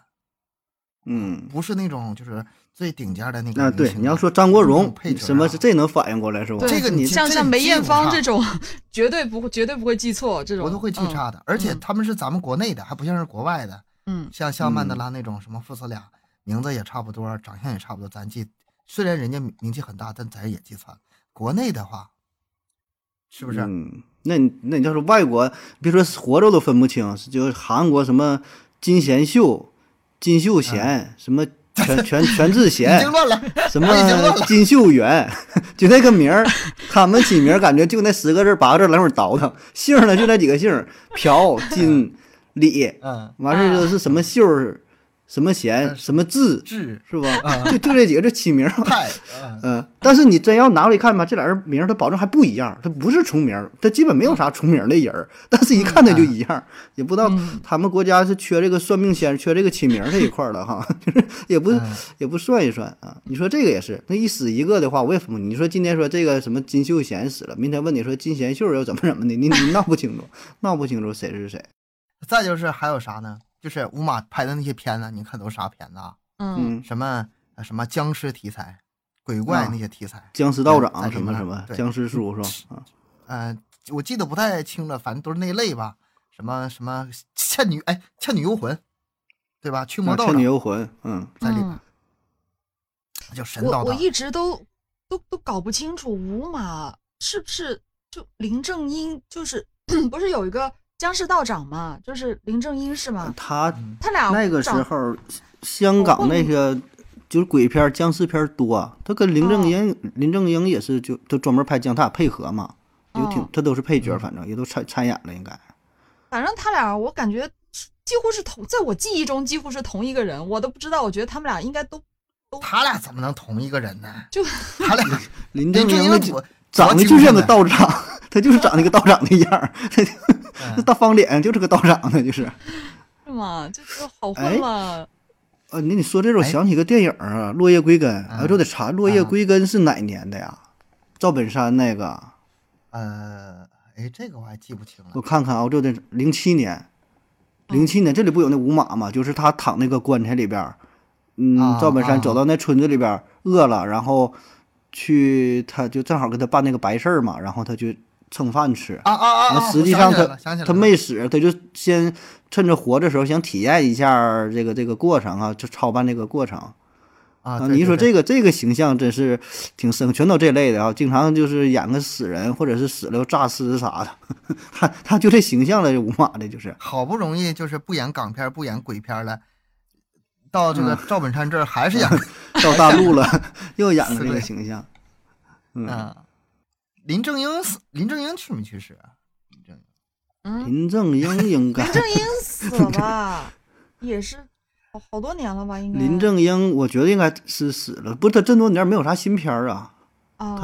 S1: 嗯，
S2: 不是那种就是最顶尖的那个
S1: 那
S2: 明星啊。
S1: 对，你要说张国荣
S2: 配角啊
S1: 什么是这能反应过来是吧？
S3: 对
S2: 这个你
S3: 像
S2: 这
S3: 像
S2: 你
S3: 梅
S2: 记
S3: 艳
S2: 不
S3: 芳
S2: 差
S3: 这种，绝对不会绝对不会记错这种，
S2: 我都会记
S3: 嗯
S2: 差的，而且
S3: 嗯
S2: 他们是咱们国内的，还不像是国外的，
S3: 嗯
S2: 像像曼德
S1: 嗯
S2: 拉那种什么父子俩，名字也差不多，长相也差不多，咱记。虽然人家名名气很大，但咱也记错了。国内的话，是不是？
S1: 嗯，那你那你要是外国，别说活着都分不清，就是韩国什么金贤秀、金秀贤，什
S2: [LAUGHS]
S1: 么全全全智
S2: 嗯已
S1: 贤
S2: 经，乱了，
S1: 什么
S2: 我已经乱了
S1: 金秀元， [LAUGHS] 就那个名儿，他们起名儿感觉就那十个字儿八个字儿来回倒腾，姓儿呢就那几个姓儿，朴、金、李，
S2: 嗯，
S1: 完事儿就是什么秀儿、什么贤、什么智，
S2: 智
S1: 是吧？
S2: 啊
S1: 就就这几个，这起名儿。
S2: 泰，嗯，
S1: 嗯，但是你真要拿过来看吧，这俩人名儿他保证还不一样，他不是重名儿，他基本没有啥重名儿的人儿，但是一看他就一样儿，也不知道
S3: 嗯
S1: 他们国家是缺这个算命先生，缺这个起名儿这一块儿了哈， [LAUGHS] 就是也不
S2: 嗯
S1: 也不算一算啊。你说这个也是，那一死一个的话，我也分不清。你说今天说这个什么金秀贤死了，明天问你说金贤秀又怎么怎么的，你你闹不清楚， [LAUGHS] 闹不清楚谁是谁。
S2: 再就是还有啥呢？就是五马拍的那些片子，你看都是啥片子啊？
S3: 嗯
S1: 嗯，
S2: 什么呃什么僵尸题材、鬼怪
S1: 啊
S2: 那些题材。
S1: 僵尸道
S2: 在
S1: 长
S2: 这
S1: 什么
S2: 边
S1: 什么
S2: 哎对
S1: 僵尸叔是吧？啊，
S2: 呃，我记得不太清了，反正都是那类吧。什么什么倩女哎，倩女幽魂，对吧？驱魔
S1: 那
S2: 道
S1: 啊倩
S2: 长
S1: 女幽魂，嗯，
S2: 在里
S3: 嗯
S2: 边叫神
S3: 我
S2: 道
S3: 我
S2: 长，
S3: 一直都都都搞不清楚五马是不是就林正英，就是 [COUGHS] 不是有一个僵尸道长嘛，就是林正英是吗？
S1: 他
S2: 嗯
S3: 他俩
S1: 那个时
S3: 长
S1: 候，香港那个就是鬼片儿、僵尸片儿多，他跟林正英、林正英也是就就专门拍僵，他俩配合嘛，有挺
S3: 嗯
S1: 他都是配角，反正也都参参演了，应该。
S3: 反正他俩我感觉是几乎是同，在我记忆中几乎是同一个人，我都不知道，我觉得他们俩应该都
S2: 他俩怎么能同一个人呢？
S3: [LAUGHS] 就
S1: [LAUGHS]
S2: 他俩
S1: 林正英
S2: 英
S1: 那
S2: 多
S1: 长得就像个道长， [LAUGHS] 他就是长那个道长那样儿， [LAUGHS] 他就那
S2: 嗯
S1: 大方脸就是个道长，他就是。
S3: 是吗？就就好
S1: 哎
S3: 混乱。
S1: 啊，你你说这种
S2: 哎
S1: 想起个电影儿啊，《落叶归根》，哎，
S2: 嗯
S1: 就得查《落叶
S2: 嗯
S1: 归根》是哪年的呀？赵本山那个，
S2: 呃，哎，这个我还记不
S1: [LAUGHS]
S2: 清了
S1: 我。看看啊，我就得零七年，零七年这里不有那五马嘛，就是他躺那个棺材里边儿，嗯，
S2: 啊
S1: 赵本
S2: 啊
S1: 山走到那村子里边儿，饿了，然后去他就正好给他办那个白事儿嘛，然后他就蹭饭吃。
S2: 啊啊啊
S1: 然
S2: 啊！
S1: 后实际上他
S2: 我想起来了想起来了
S1: 他没死，他就先趁着活着时候想体验一下这个这个过程啊，就操办这个过程
S2: 啊，对
S1: 你一说
S2: 对
S1: 这个这个形象真是挺深，全都这类的啊，经常就是演个死人或者是死了又诈尸啥的，他他就这形象了，这五马的就是
S2: 好不容易就是不演港片儿不演鬼片儿了，到
S1: 嗯
S2: 这个赵本山这儿还是
S1: [LAUGHS]
S2: 演
S1: 到大陆了 [LAUGHS] 又演了这
S2: 是
S1: 个
S2: 的
S1: 形象，嗯，
S2: 啊。林正英死，林正英去没去世啊？林正英
S3: 嗯，
S1: 林正英应该
S3: 林正英啊死了，也是好好多年了吧？应该
S1: 林正英，我觉得应该是死了，不是他这么多年没有啥新片儿啊，
S3: 啊，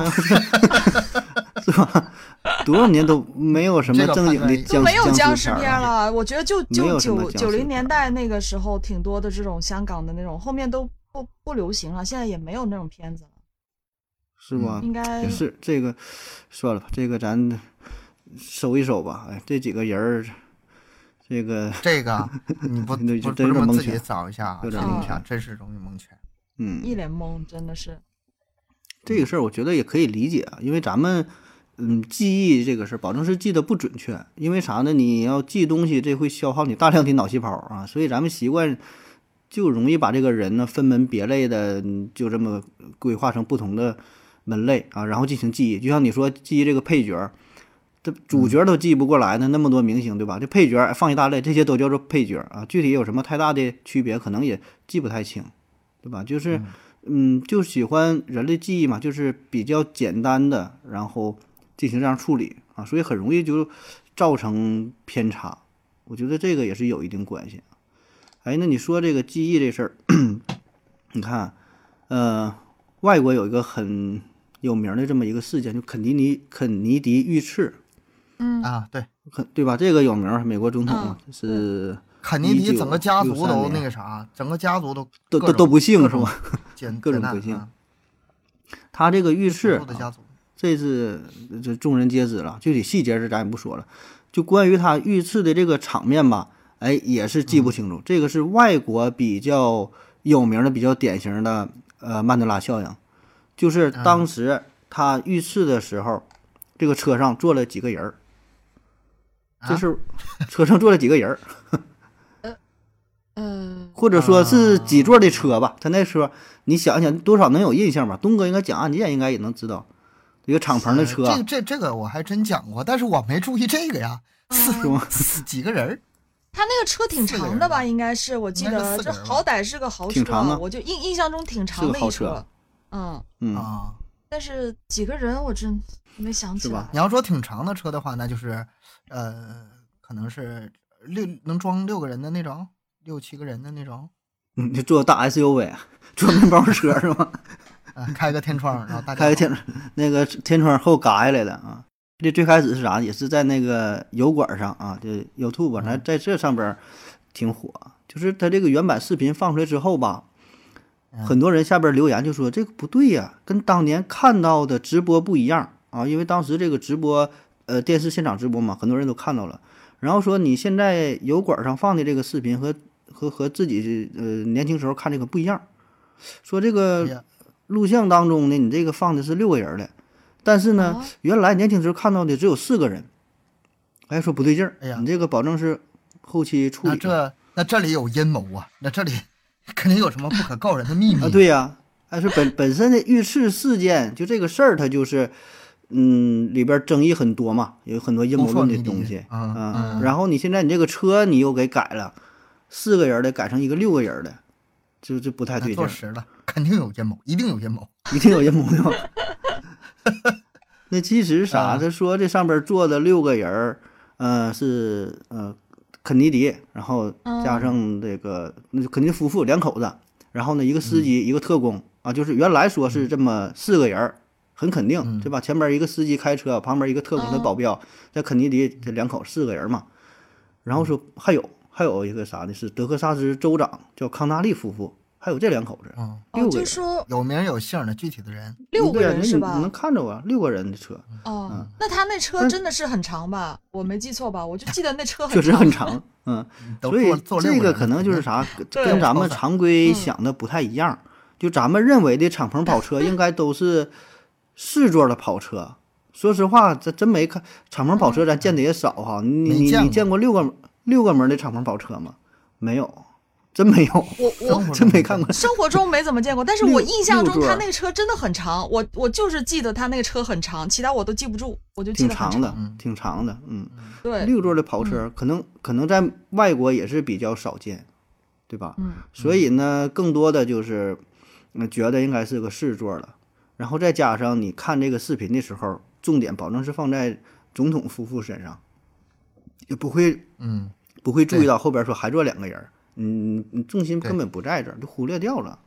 S1: 是吧？ [LAUGHS] 多少年都没有什么
S2: 这个
S1: 正经
S2: 判
S1: 的
S2: 断
S1: 僵
S3: 没有僵尸
S1: 尸
S3: 片
S1: 儿啊。
S3: 了。我觉得就
S1: 没
S3: 就
S1: 有什么僵
S3: 九
S1: 尸
S3: 九
S1: 片
S3: 零年代那个时候挺多的这种香港的那种，后面都不不流行了，现在也没有那种片子了。
S1: 是吧？
S3: 应该
S1: 嗯也是这个，算了吧，这个咱收一收吧。哎，这几个人儿，这个
S2: 这
S1: [LAUGHS]
S2: 个你不
S1: 对
S2: 不不
S1: 这有
S2: 这
S1: 点
S2: 么
S1: 蒙
S2: 自己
S1: 圈
S2: 找一下啊，
S1: 有点
S2: 这
S3: 蒙
S2: 一下
S1: 圈
S2: 真是容易蒙圈。
S3: 一
S1: 嗯，
S3: 脸懵，真的是。
S1: 这个事儿我觉得也可以理解啊，因为咱们嗯记忆这个事儿，保证是记得不准确，因为啥呢？你要记东西，这会消耗你大量的脑细胞啊，所以咱们习惯。就容易把这个人呢分门别类的，嗯就这么规划成不同的门类啊，然后进行记忆。就像你说记忆这个配角儿，这主角都记不过来呢，那么多明星对吧？这配角儿放一大类，这些都叫做配角儿啊。具体有什么太大的区别，可能也记不太清，对吧？就是嗯，就喜欢人类记忆嘛，就是比较简单的，然后进行这样处理啊，所以很容易就造成偏差。我觉得这个也是有一定关系。哎，那你说这个记忆这事儿， [CLEARS THROAT] 你看，呃，外国有一个很有名的这么一个事件，就肯尼迪肯尼迪遇刺，
S3: 嗯，
S2: 啊，对，
S1: 肯对吧？这个有名儿，美国总统嘛是
S2: 肯尼迪整个家族
S1: 1963
S2: 都
S1: 年
S2: 那个啥，整个家族都
S1: 都都
S2: 各种
S1: 都不幸
S2: 各
S1: 是
S2: 种 [LAUGHS]
S1: 吧？
S2: 艰
S1: [LAUGHS] 各种
S2: 难
S1: 不幸
S2: 啊
S1: 他这个遇
S2: 各
S1: 刺
S2: 路的
S1: 啊
S2: 家族
S1: 这次这众人皆知了，具体细节是咱也不说了。就关于他遇刺的这个场面吧，哎，也是记不清楚。这个是外国比较有名的、比较典型的呃曼德拉效应，就是当时他遇刺的时候，这个车上坐了几个人儿，
S2: 啊
S1: 就是车上坐了几个
S2: [LAUGHS]
S1: 人儿，
S3: 呃，
S1: 或者说是几座的车
S2: 啊
S1: 吧。他那车你想想多少能有印象吧？东哥应该讲案件应该也能知道，一个敞篷的
S2: 呃
S1: 车，啊
S2: 这这这个我还真讲过，但是我没注意这个呀，四
S1: 是吗？
S2: 四几个人儿
S3: 他那个车挺长的吧？应该是，我记
S2: 应该
S3: 得
S2: 是四
S3: 这
S2: 个人吧
S3: 好歹是个豪
S1: 挺
S3: 车
S1: 长的，
S3: 我就印印象中挺长
S1: 是
S3: 的
S1: 个
S3: 一
S1: 豪
S3: 车
S1: 车。
S3: 嗯，
S1: 嗯，
S2: 啊。
S3: 但是几个人我真没想起
S1: 是
S3: 来
S1: 吧。
S2: 你要说挺长的车的话，那就是，呃，可能是六能装六个人的那种，六七个人的那种，
S1: 嗯，就坐大 SUV，啊 [LAUGHS] 坐面包车是吧？
S2: 啊、开个天窗，然后大家
S1: 开个天那个天窗后嘎下来的啊。这最开始是啥？也是在那个油管上啊，就 YouTube 上，在这上边儿挺火。就是他这个原版视频放出来之后吧，
S2: 嗯
S1: 很多人下边留言就说这个不对呀、跟当年看到的直播不一样啊，因为当时这个直播，呃，电视现场直播嘛，很多人都看到了。然后说你现在油管上放的这个视频和和和自己呃年轻时候看这个不一样，说这
S2: 哎
S1: 个
S2: 呀
S1: 录像当中呢，你这个放的是六个人的，但是呢，
S3: 哦
S1: 原来年轻时候看到的只有四个人，哎，说不对劲儿，
S2: 哎呀
S1: 你这个保证是后期处
S2: 那
S1: 理的
S2: 这那这里有阴谋啊，那这里 [LAUGHS] 肯定有什么不可告人的秘密
S1: 啊，对呀、哎，说本本身的遇刺事件就这个事儿，它就是，嗯，里边儿争议很多嘛，有很多阴谋
S2: 扑朔
S1: 论的
S2: 迷离
S1: 东西
S2: 嗯
S1: 啊
S3: 嗯。
S1: 然后你现在你这个车你又给改了，四个人儿的改成一个六个人儿的，就就不太
S2: 那
S1: 对劲
S2: 坐
S1: 儿。
S2: 实了，肯定有阴谋，一定有阴谋。
S1: [LAUGHS] 一定有阴谋
S2: [LAUGHS]
S1: 论。那其实啥？
S2: 啊
S1: 他说这上边坐的六个人儿，呃，是呃肯尼迪，然后
S3: 嗯
S1: 加上这个那就肯尼迪夫妇两口子，然后呢一个司机、
S2: 嗯
S1: 一个特工啊，就是原来说是这么四个人儿，很肯定、
S2: 嗯
S1: 对吧？前边一个司机开车，旁边一个特工的
S3: 嗯
S1: 保镖，在肯尼迪这两口四个人嘛。
S2: 嗯
S1: 然后说还有还有一个啥呢？是德克萨斯州长叫康纳利夫妇，还还有这两口子，
S2: 嗯，
S1: 六
S3: 哦，
S1: 个
S3: 就
S1: 人
S3: 说
S2: 有名有姓的具体的人，
S3: 六个
S1: 对呀那
S3: 人
S1: 你
S3: 是吧
S1: 你能？看着啊，六个人的车
S3: 哦
S1: 嗯，
S3: 那他那车
S1: 但
S3: 真的是很长吧？我没记错吧？我就记得那车
S1: 确
S3: 很
S1: 实
S3: 长。
S1: 很
S3: [LAUGHS]
S1: 长，嗯，
S2: [LAUGHS] 都
S1: 所以
S2: 坐坐
S1: 这
S2: 六人
S1: 个可能就是
S2: [LAUGHS]
S1: 啥，
S3: 对
S1: 跟咱们
S2: 超载
S1: 常规
S3: 嗯
S1: 想的不太一样。就咱们认为的敞篷跑车，应该都是四座的跑车。说实话，这真没看敞篷跑车，咱见的也少哈。你
S2: 没
S1: 你
S2: 见
S1: 你
S2: 过
S1: 见过六个六个门的敞篷跑车吗？没有，真没有，
S2: [LAUGHS]
S3: 我我
S2: 生活
S1: 真
S2: 中
S1: 没看过。
S3: 生活中没怎么见过，但是我印象中
S1: 六座
S3: 他那个车真的很长，我我就是记得他那个车很长，其他我都记不住，我就
S1: 挺
S3: 记得很
S1: 长的
S2: 嗯，
S1: 挺长的，嗯，
S3: 对，嗯
S1: 六座的跑车可能可能在外国也是比较少见，对吧？
S3: 嗯，
S1: 所以呢，更多的就是，嗯，觉得应该是个试座了。然后再加上你看这个视频的时候，重点保证是放在总统夫妇身上，也不会
S2: 嗯，
S1: 不会注意
S2: 对
S1: 到后边说还坐两个人儿，嗯，你重心根本不在这儿，就忽略掉了。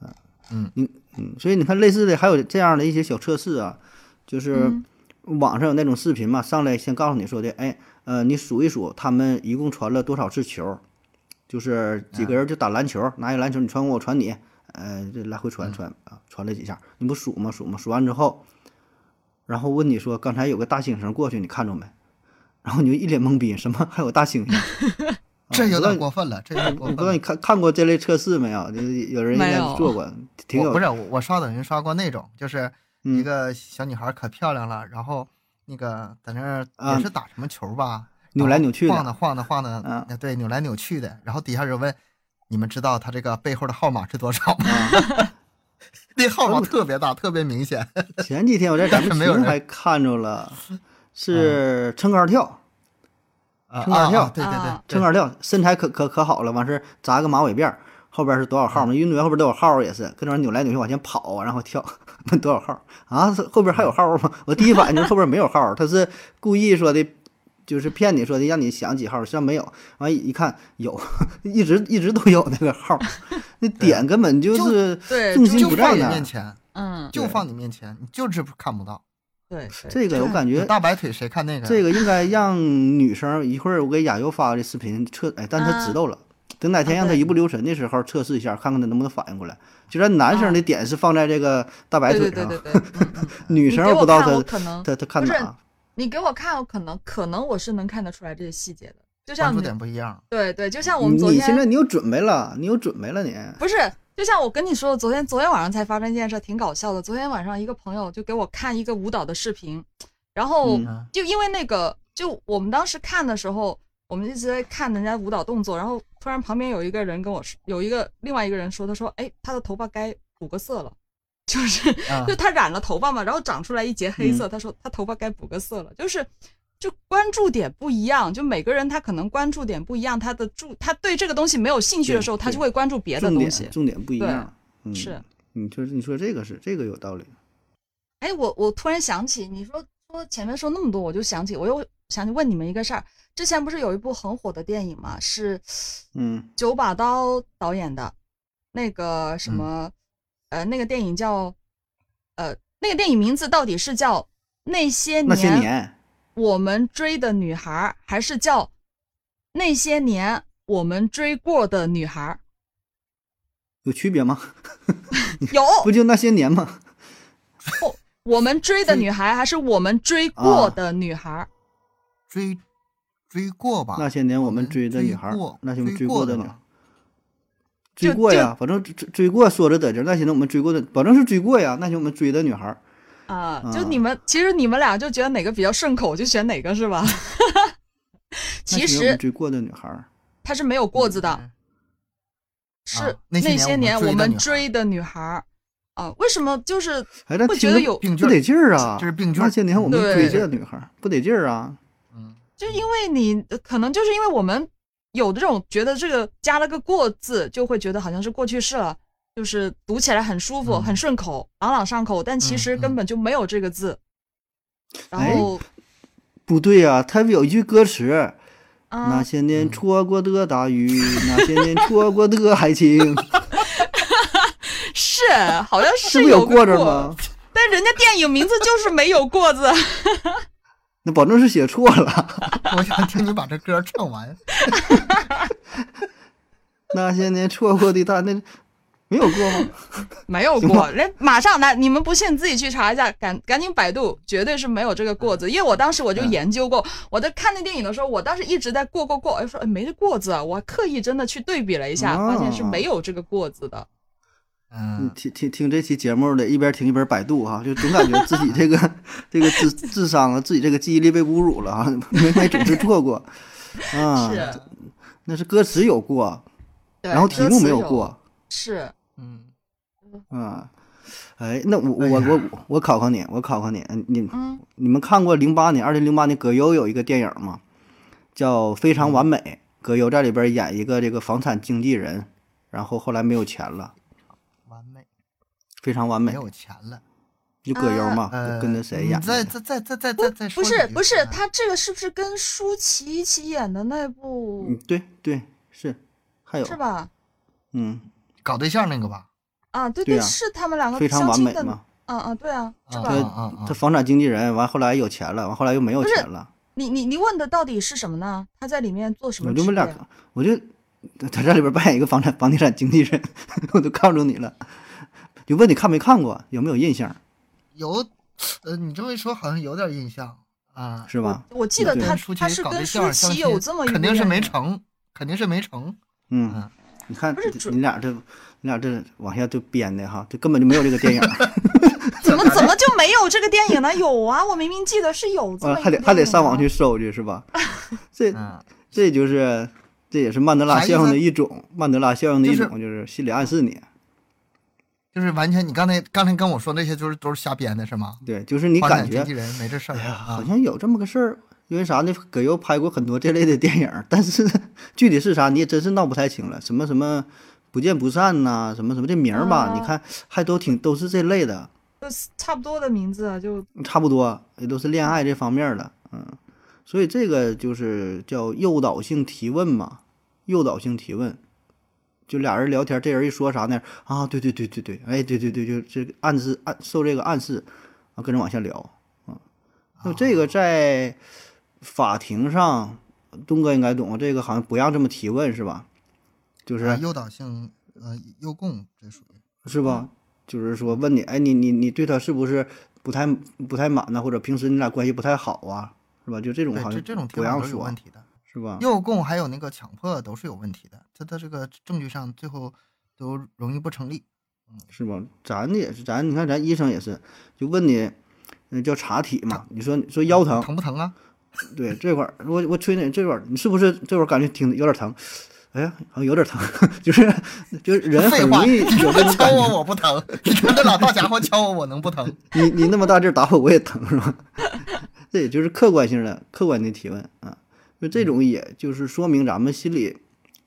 S1: 啊
S2: 嗯
S1: 你嗯，所以你看，类似的还有这样的一些小测试啊，就是
S3: 嗯
S1: 网上有那种视频嘛，上来先告诉你说的，哎，呃，你数一数他们一共传了多少次球，就是几
S2: 啊
S1: 个人就打篮球，拿一个篮球你传我，我传你，呃，这来回
S2: 嗯
S1: 传传啊，传了几下，你不数吗？数吗？数完之后，然后问你说刚才有个大猩猩过去，你看着没？然后你就一脸懵逼，什么还有大猩猩？啊
S2: 这
S1: 不
S2: 有
S1: 知道
S2: 点
S1: 你
S2: 过分了，这有点过
S1: 我
S2: 分
S1: 不知道你
S2: 了。
S1: 看看过这类测试没有？就是有人应
S3: 没
S1: 该
S3: 有
S1: 做过，挺
S2: 我
S1: 有
S2: 不是我，我刷抖音刷过那种，就是一
S1: 嗯
S2: 个小女孩可漂亮了，然后那个在那儿
S1: 啊
S2: 也是打什么球吧，
S1: 扭来扭去
S2: 晃
S1: 的，
S2: 荡晃荡晃荡，
S1: 啊
S2: 那对，扭来扭去的。然后底下有人问，你们知道他这个背后的号码是多少吗？
S1: 啊
S2: [LAUGHS] 那号
S1: 哦
S2: 码特别大，特别明显。
S1: 前几天我在咱们
S2: [LAUGHS] 没有
S1: 群
S2: 人嗯
S1: 还看着了，是撑杆跳，
S2: [LAUGHS] 啊
S1: 撑杆
S2: 啊
S1: 跳
S2: 啊对对对
S3: 啊，
S1: 撑杆跳身材可可可好了，完事儿扎个马尾辫儿，后边是多少号嘛？运动员后边都有号儿也是，跟那玩意儿扭来扭去往前跑啊，然后跳， [LAUGHS] 问多少号儿啊？是后边还有号儿吗？ [LAUGHS] 我第一反应就是后边没有号儿，他是故意说的。就是骗你说的，让你想几号儿，实际上没有。完一看有， [LAUGHS] 一直一直都有那个号儿，那点根本就是
S3: 对，
S1: 重
S3: 就
S1: 心
S2: 就
S1: 不
S2: 放
S1: 在
S2: 你
S1: 那
S2: 面
S1: 儿。
S2: 前，
S3: 嗯，
S2: 就
S1: 对
S2: 放你面前，你就是看不到。
S3: 对，
S1: 这
S3: 对
S1: 个我感
S2: 有
S1: 觉
S2: 大白腿谁看
S3: 啊
S2: 那个？
S1: 这个应该让女生一会儿我给亚优发的视频测，哎，但她
S3: 啊
S1: 知道了。等哪天让她一不留神的时候测试一下，看看她能不能反应过来。就咱男生的点是放在这个大白腿
S3: 对对
S1: 上，
S3: 对对对，
S1: [LAUGHS]
S3: 嗯嗯
S1: 女
S3: 你
S1: 生
S3: 给
S1: 不知
S3: 我
S1: 道
S3: 看我
S1: 她
S3: 可能
S1: 她她看
S3: 不是
S1: 哪。
S3: 你给我看，我可能可能我是能看得出来这些细节的，就
S2: 关
S3: 像
S2: 注
S3: 你
S2: 点不一样。
S3: 对对，就像我们昨
S1: 你现在
S3: 天
S1: 你有准备了，你有准备了你，
S3: 不是，就像我跟你说的，昨天昨天晚上才发生一件事，挺搞笑的。昨天晚上一个朋友就给我看一个舞蹈的视频，然后
S1: 嗯
S2: 嗯
S3: 就因为那个，就我们当时看的时候，我们一直在看人家舞蹈动作，然后突然旁边有一个人跟我说，有一个另外一个人说，他说，哎，他的头发该补个色了。 [LAUGHS] 就是
S2: 啊
S3: 就他染了头发嘛，然后长出来一截黑色，
S1: 嗯
S3: 他说他头发该补个色了，就是就关注点不一样，就每个人他可能关注点不一样，他的注他对这个东西没有兴趣的
S1: 对
S3: 时候，他
S1: 对
S3: 就会关注别的
S1: 重
S3: 东
S1: 点
S3: 西。
S1: 重点不一样。嗯，
S3: 是，
S1: 你说你说这个是这个有道理。
S3: 哎，我我突然想起，你说说前面说那么多，我就想起，我又想起问你们一个事儿，之前不是有一部很火的电影嘛，是
S1: 嗯，
S3: 九把刀导演的，那个什么，呃，那个电影叫，呃，那个电影名字到底是叫那些
S1: 那些
S3: 年
S1: 年，
S3: 我们追的女孩儿，还是叫那些年我们追过的女孩儿？
S1: 有区别吗？
S3: 有
S1: 不就那些年吗？
S3: 我们追的女孩，还是我们追
S1: 啊
S3: 过的女孩儿？
S2: 追追过
S3: 啊
S2: 吧？
S1: 那些年我
S2: 我
S1: 们
S2: 们
S1: 追的
S2: 追
S1: 女孩
S2: 过，
S1: 那些我们追
S2: 追过
S1: 过
S2: 的
S1: 的女
S2: 女
S1: 孩
S2: 孩，
S1: 追
S3: 就
S1: 过呀，反正追追追过说着得劲儿。那些年我们追过的，保证是追过呀。那些我们追的女孩儿，
S3: 啊、
S1: 啊
S3: 就你们，其实你们俩就觉得哪个比较顺口，就选哪个是吧？ [LAUGHS]
S1: 那
S3: 其
S1: 些年我
S3: 实
S1: 们追过的女孩儿，
S3: 它是没有过字的，是
S2: 嗯那些
S3: 些
S2: 年
S3: 年
S2: 我们追的
S3: 我
S2: 女孩
S3: 们追的女孩儿啊，为什么就是
S1: 哎，那
S3: 会
S1: 听
S3: 觉
S1: 着
S3: 得有
S2: 病句
S1: 不
S2: 儿
S1: 得劲儿啊，
S2: 这是病句儿
S1: 那些年我们
S3: 对
S1: 追这女孩儿不得劲儿啊，
S2: 嗯，
S3: 就因为你呃可能就是因为我们有这种觉得这个加了个“过”字，就会觉得好像是过去式了，就是读起来很舒服、
S2: 嗯
S3: 很顺口、朗朗上口，但其
S2: 嗯
S3: 实
S2: 嗯
S3: 根本就没有这个字。
S1: 哎
S3: 然后，
S1: 不对呀、他有一句歌词，那
S3: 啊，
S1: 些
S2: 嗯
S1: 年错过的大雨，那些年错过的爱
S3: [LAUGHS]
S1: 情，
S3: 是好像
S1: 是不是
S3: 有个
S1: 过字儿
S3: 过
S1: 吗？？
S3: 但人家电影名字就是没有“过”字。
S1: 那保证是写错了。
S2: [LAUGHS]
S1: [LAUGHS]
S2: 我想听你把这歌唱完。
S1: 那些年错过的大那没有过吗？
S3: [LAUGHS] 没有
S1: 行
S3: 过
S1: 吧，
S3: [LAUGHS] 人马上来，你们不信自己去查一下，赶赶紧百度，绝对是没有这个过字。因为我当时我就
S1: 嗯
S3: 研究过，我在看那电影的时候，我当时一直在过过过，哎说哎没这过字啊，我刻意真的去对比了一下，发现是没有这个过字的。
S1: 你
S2: 嗯，
S1: 听听听这期节目的，一边听一边百度哈、就总感觉自己这
S2: [LAUGHS]
S1: 个这个智智商啊，自己这个记忆力被侮辱了啊，没没组织错过啊，
S3: 是，
S1: 那是歌词有过，
S3: 对
S1: 然后题
S3: 歌
S1: 目
S3: 词
S1: 没有
S3: 有，
S1: 过
S3: 是
S2: 嗯，
S1: 啊。哎，那我
S2: 哎
S1: 我
S2: 呀
S1: 我我考考你，我考考你，你
S3: 嗯
S1: 你们看过零八年二零零八年葛优有一个电影吗？叫《非常完美》，
S2: 嗯
S1: 葛优在里边演一个这个房产经纪人，然后后来没有钱了，
S2: 完美，
S1: 非常完
S2: 没
S1: 美，
S2: 有钱了。
S1: 就葛优嘛，
S2: 呃，
S1: 跟着谁
S2: 你
S1: 演的？
S2: 再再再再再再再说
S3: 不是
S2: 几句
S3: 不是，
S2: 嗯
S3: 他这个是不是跟舒淇一起演的那部、
S1: 嗯，对对是，还有
S3: 是吧？
S1: 嗯，
S2: 搞对象那个吧？
S3: 啊，对
S1: 对呀
S3: 是他们两个
S1: 非常
S3: 相
S1: 完
S3: 亲
S1: 美
S3: 的，
S1: 嘛。
S3: 嗯嗯，对啊，是
S2: 啊
S3: 吧？
S1: 他
S2: 啊啊
S1: 他房产经纪人，完后来有钱了，完后来又没有
S3: 不是
S1: 钱了。
S3: 你你你问的到底是什么呢？他在里面做什么
S1: 我
S3: 职
S1: 就
S3: 业？
S1: 没俩，我就在这里边扮演一个房产房地产经纪人， [LAUGHS] 我都告诉你了。就问你看没看过，有没有印象，
S2: 有，呃，你这么一说好像有点印象啊。
S1: 是吧？
S3: 我记得
S1: 对
S3: 他
S2: 跟舒淇
S3: 他是
S2: 搞对
S3: 跟
S2: 象
S3: 舒
S2: 相
S3: 淇
S2: 亲
S3: 有这么一
S2: 肯
S3: 部
S2: 定是
S3: 电
S2: 没
S3: 影
S2: 成，肯定是没成。
S1: 嗯
S2: 嗯，
S1: 你看
S3: 不是
S1: 这
S3: 主
S1: 你俩这你俩这往下就编的哈，就根本就没有这个电
S3: [LAUGHS]
S1: 影儿，
S3: [LAUGHS] 怎么怎么就没有这个电影呢？有啊，我明明记得是有这么
S1: 完
S3: 一部
S1: 还得还得
S3: 电影
S1: 上网
S3: 啊
S1: 去。搜去，是
S3: [LAUGHS]
S1: 吧？这
S2: 嗯，
S1: 这就是这也是曼德拉
S2: 啥意
S1: 效应
S2: 思
S1: 的一种，曼德拉效应的
S2: 就
S1: 一
S2: 是
S1: 种就是心理暗示你。
S2: 就是完全你刚才刚才跟我说那些就是都是瞎编的是吗？
S1: 对，就是你
S2: 房
S1: 感
S2: 产
S1: 觉
S2: 经纪，人没这事儿
S1: 哎呀，好
S2: 啊。
S1: 像有这么个事儿，因为啥呢？葛优拍过很多这类的电影，但是 [LAUGHS] 具体是啥你也真是闹不太清了。什么什么不见不散呐、什么什么这名儿吧，
S3: 啊
S1: 你看还都挺都是这类的，
S3: 就是差不多的名字啊就
S1: 差不多也都是恋爱这方面的，嗯。所以这个就是叫诱导性提问嘛，诱导性提问。就俩人聊天，这人一说啥呢？啊，对对对对对，哎，对对对，就这个暗示暗受这个暗示，啊，跟着往下聊，那么这个在法庭上，东哥应该懂，这个好像不让这么提问是吧？就是、
S2: 啊诱导性呃诱供，这属于
S1: 是
S2: 嗯
S1: 吧？就是说问你，哎，你你你对他是不是不太不太满呐？或者平时你俩关系不太好啊？是吧？就这种
S2: 对
S1: 好
S2: 这
S1: 像
S2: 这种
S1: 不
S2: 听法
S1: 让
S2: 都是有
S1: 说
S2: 问，题的。
S1: 是吧？
S2: 诱供啊还有那个强迫都是有问题的，它的这个证据上最后都容易不成立。
S1: 是吧？咱也是，咱你看咱医生也是，就问你，嗯，叫查体嘛？你说你说腰疼，
S2: 疼不疼啊？
S1: 对这块儿，我我吹你这块儿，你是不是这块儿感觉挺有点疼？哎呀，好像有点疼， [LAUGHS] 就是就是人
S2: 废
S1: 很
S2: 话，
S1: 容易
S2: 你
S1: 有
S2: 他
S1: 这种
S2: 妈 [LAUGHS] 敲
S1: 感觉。
S2: 我我不疼，你说这老大家伙敲我我能
S1: [LAUGHS]
S2: 不疼？
S1: 你你那么大劲儿打我，我也疼是吧？ [LAUGHS] 这也就是客观性的客观的提问啊，就这种也就是说明咱们心里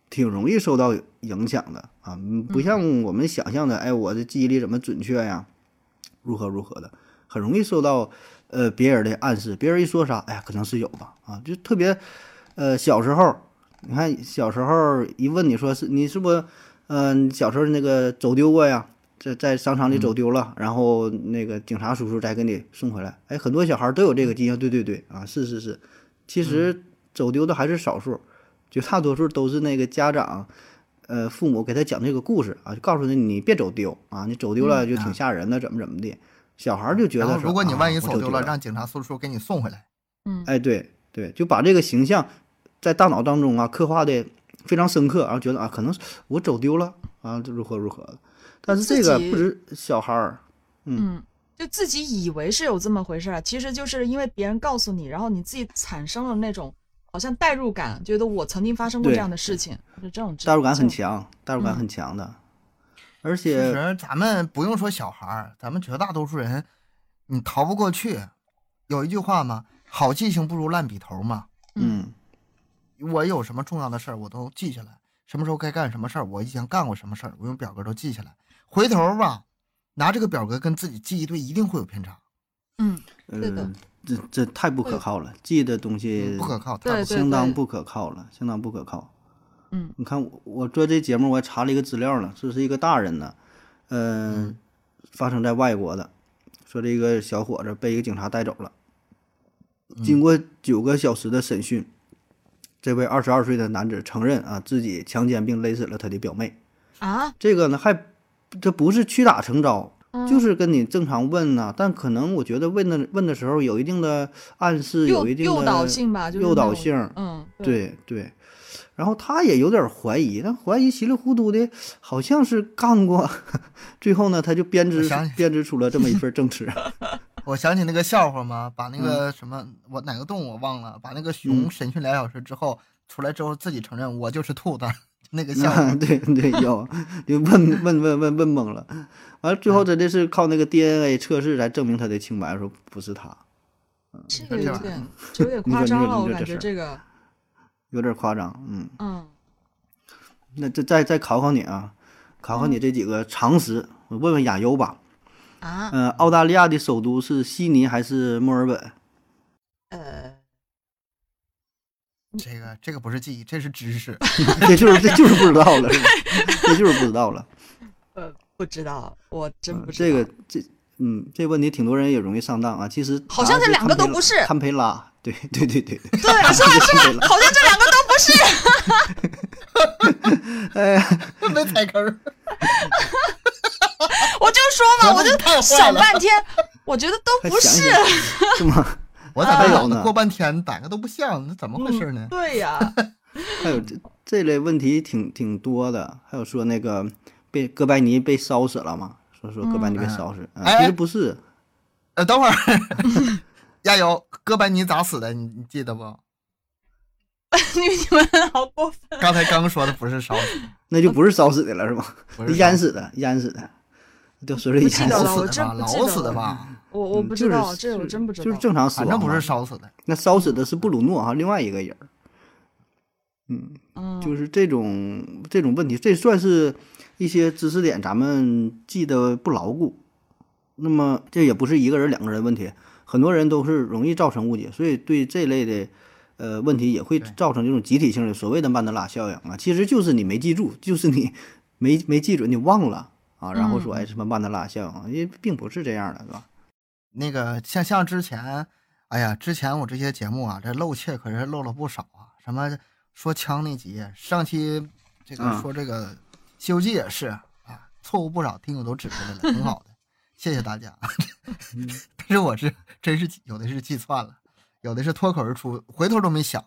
S1: 挺容易受到影响的啊，嗯不像我们想象的，哎，我的记忆力怎么准确呀，如何如何的，很容易受到呃别人的暗示，别人一说啥，哎呀，可能是有吧啊，就特别呃小时候，你看小时候一问你说是你是不是嗯、你小时候那个走丢过呀？这在商场里走丢了，然后那个警察叔叔再给你送回来。哎，很多小孩都有这个经验，对对对啊，是是是。其实走丢的还是少数，绝大多数都是那个家长，呃，父母给他讲这个故事啊，就告诉你你别走丢啊，你走丢了就挺吓人的，怎么怎么的。小孩就觉
S2: 然
S1: 得
S2: 后
S1: 说，
S2: 如果你万一
S1: 啊我
S2: 走丢
S1: 了，
S2: 了，让警察叔叔给你送回来。
S3: 嗯，
S1: 哎，对对，就把这个形象在大脑当中啊刻画的非常深刻，然后觉得啊，可能是我走丢了啊，就如何如何的。但是这个
S3: 自己
S1: 不止小孩儿，
S3: 嗯，就自己以为是有这么回事儿，其实就是因为别人告诉你，然后你自己产生了那种好像代入感，觉得我曾经发生过
S1: 对
S3: 这样的事情，就嗯这种
S1: 代入感很
S3: 这种
S1: 强，代入感很强的，而
S2: 其
S1: 且
S2: 实咱们不用说小孩儿，咱们绝大多数人，你逃不过去。有一句话嘛，好记性不如烂笔头嘛。
S1: 嗯
S2: 我有什么重要的事儿，我都记下来，什么时候该干什么事儿，我以前干过什么事儿，我用表格都记下来。回头吧，拿这个表格跟自己记一对，一定会有偏差，
S3: 嗯，对的
S1: 呃，这这太不可靠了，记的东西
S2: 嗯不可靠。
S3: 对
S2: 太不可
S3: 对
S1: 相当不可靠了，相当不可靠。
S3: 嗯，
S1: 你看我我做这节目，我还查了一个资料呢，这是一个大人呢，嗯，发生在外国的，说这个小伙子被一个警察带走了，
S3: 嗯
S1: 经过九个小时的审讯，这位二十二岁的男子承认啊自己强奸并勒死了他的表妹。
S3: 啊，
S1: 这个呢还这不是屈打成招，
S3: 嗯
S1: 就是跟你正常问呐、但可能我觉得问的问的时候有一定的暗示，
S3: 诱
S1: 有一定的
S3: 诱导性吧，就是
S1: 诱
S3: 那
S1: 导
S3: 种
S1: 性，
S3: 嗯，，
S1: 对对。然后他也有点怀疑，但怀疑稀里糊涂的，好像是干过。 [LAUGHS] 最后呢，他就编织
S2: 想起
S1: 编织出了这么一份正词。
S2: 我想起那个笑话嘛，把那个什么，我哪个动物我忘了，把那个熊
S1: 嗯
S2: 审讯两小时之后出来之后，自己承认我就是兔子， [LAUGHS] 那个 [LAUGHS] 笑话。
S1: 啊， [LAUGHS] 对对，有，就问问问问问懵了，完了最
S2: 嗯
S1: 后真的是靠那个 DNA 测试来证明他的清白，说不是他，
S3: 这
S2: 那
S1: 嗯
S3: 个
S2: 这
S3: 有
S1: 你说
S2: 玩意儿
S3: 点这有点夸
S1: 你
S3: 张
S1: 说
S3: 了，
S1: 你
S3: 我
S1: 说
S3: 感
S1: 这
S3: 觉
S1: 事儿
S3: 这个，
S1: 有点夸张，嗯，
S3: 嗯，
S1: 那这再再考考你啊，考考你这几个常识，我问问亚优吧，
S3: 啊，
S1: 嗯、澳大利亚的首都是悉尼还是墨尔本？ [LAUGHS]
S3: 呃，
S2: 这个这个不是记忆，这是知 [LAUGHS] 识。
S1: 这就是这就是不知道了，是吧这就是不知道了，
S3: 呃，不知道，我真
S1: 嗯
S3: 不知道。
S1: 这个这嗯这问题挺多人也容易上当啊，其实
S3: 好像
S1: 答案
S3: 这
S1: 是
S3: 两个
S1: 堪培
S3: 都
S1: 拉
S3: 不是
S1: 堪培拉，对对对对对，
S3: 对，我说完
S1: 堪培拉。
S3: 啊好像这两个都不是。
S2: 没踩坑儿，
S3: 我就说嘛，我就
S2: 太坏
S3: 想
S2: 了。
S3: 半天，我觉得都
S1: 还
S3: 不
S1: 想
S3: 是。 [LAUGHS]
S1: 想是吗？
S2: 我咋
S1: 还
S2: 没
S1: 有呢
S2: 过半天哪个都不像，那怎么回事呢？
S3: 对呀， [LAUGHS]
S1: 还有这这类问题挺挺多的，还有说那个被哥白尼被烧死了嘛？说说哥白尼被烧死，啊
S2: 哎
S1: 其实不是，
S2: 呃，等会儿， [LAUGHS] 亚友，哥白尼咋死的？你你记得不？
S3: 你你们好过分。
S2: 刚才刚说的不是烧死，
S1: 那就不是烧死的了，是吧？
S2: 呃不是
S1: 淹
S2: 烧
S1: 死的，淹死的，掉水里
S3: 不
S1: 淹
S3: 记
S1: 死
S3: 得
S2: 老
S3: 了
S1: 的。
S2: 死的吧，老
S3: 我真不记得
S2: 死的
S3: 了
S2: 吧，
S3: 我我
S1: 嗯就
S3: 不知
S1: 是
S3: 道，这我
S1: 是
S3: 真不知道。
S1: 就是正常死
S2: 反
S1: 亡嘛。
S2: 正不是烧死的。
S1: 那烧死的是布鲁诺哈，另外一个人儿。嗯，
S3: 嗯，
S1: 就是这种这种问题，这算是一些知识点，咱们记得不牢固。那么这也不是一个人、两个人问题，很多人都是容易造成误解，所以对这类的呃问题也会
S2: 对
S1: 造成这种集体性的所谓的曼德拉效应啊，其实就是你没记住，就是你 [LAUGHS] 没没记准，你忘了啊，然后说哎什么曼德拉效应啊，因为并不是这样的，是吧？
S2: 那个像像之前，哎呀，之前我这些节目啊，这漏气可是漏了不少啊。什么说枪那集，上期这个
S1: 嗯
S2: 说这个《西游记》也是啊，错误不少，听友都指出来了，挺好的，谢谢大家。 [LAUGHS] 但是我是真是有的是记串了，有的是脱口而出，回头都没想，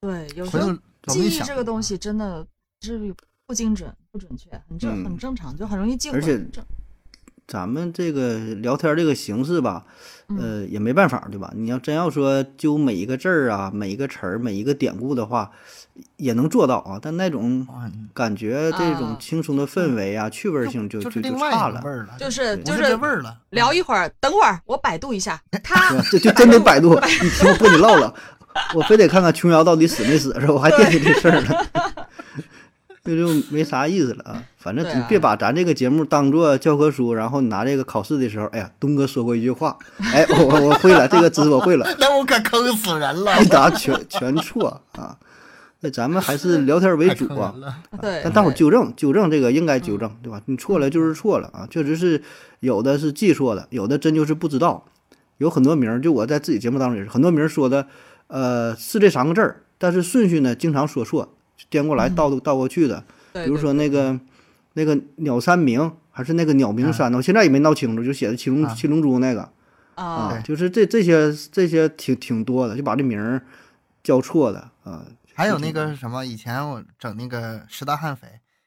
S3: 对，有时
S2: 回头
S3: 候
S2: 都
S3: 记
S2: 没
S3: 忆
S2: 想。
S3: 这个东西真的是不精准、不准确，很正
S1: 嗯
S3: 很正常，就很容易记混。
S1: 而且
S3: 很正
S1: 咱们这个聊天这个形式吧，呃，
S2: 嗯
S1: 也没办法，对吧？你要真要说揪每一个字儿啊、每一个词儿、每一个典故的话，也能做到啊，但那种
S2: 嗯
S1: 感觉、这种
S3: 啊
S1: 轻松的氛围啊、趣味儿性
S2: 就
S1: 就是就
S2: 另外
S1: 差
S2: 一个
S1: 了，
S2: 味儿了，
S3: 就是
S1: 对
S2: 不
S3: 就是
S2: 这味儿了。嗯
S3: 聊一会儿，等会儿我百度一下，
S1: [LAUGHS] 是
S3: 他
S1: 吧？这就真得百度，一听我跟你唠唠，我非得看看琼瑶到底死没死，是吧？我还惦记这事儿呢。 [LAUGHS] 这就没啥意思了啊！反正
S3: 对
S1: 你
S3: 啊
S1: 别把咱这个节目当做教科书，然后你拿这个考试的时候，哎呀，东哥说过一句话，哎，我我我会了，这个知识我会了，
S2: [LAUGHS] 那我可坑死人
S1: [LAUGHS]
S2: 了，
S1: 一答全全错啊！那咱们还是聊天为
S2: 太
S1: 主
S2: 坑
S1: 啊
S2: 人，了。
S3: 对，
S1: 但大伙儿
S3: 对
S1: 纠正纠正这个应
S3: 嗯
S1: 该纠正，对吧？你错了就是错了啊，确实是有的是记错了，有的真就是不知道，有很多名儿，就我在自己节目当中也是，很多名儿说的，呃，是这三个字儿，但是顺序呢经常说错，颠过来倒倒过去的，
S3: 嗯对
S1: 比如
S3: 对
S1: 说那个那个鸟山明还是那个鸟鸣山呢，我现在也没闹清楚，就写的七龙
S2: 啊
S1: 七龙珠那个，
S3: 啊，
S1: 啊
S2: 对，
S1: 就是这这些这些挺挺多的，就把这名儿叫错的啊。
S2: 还有那个什么，以前我整那个十大悍匪，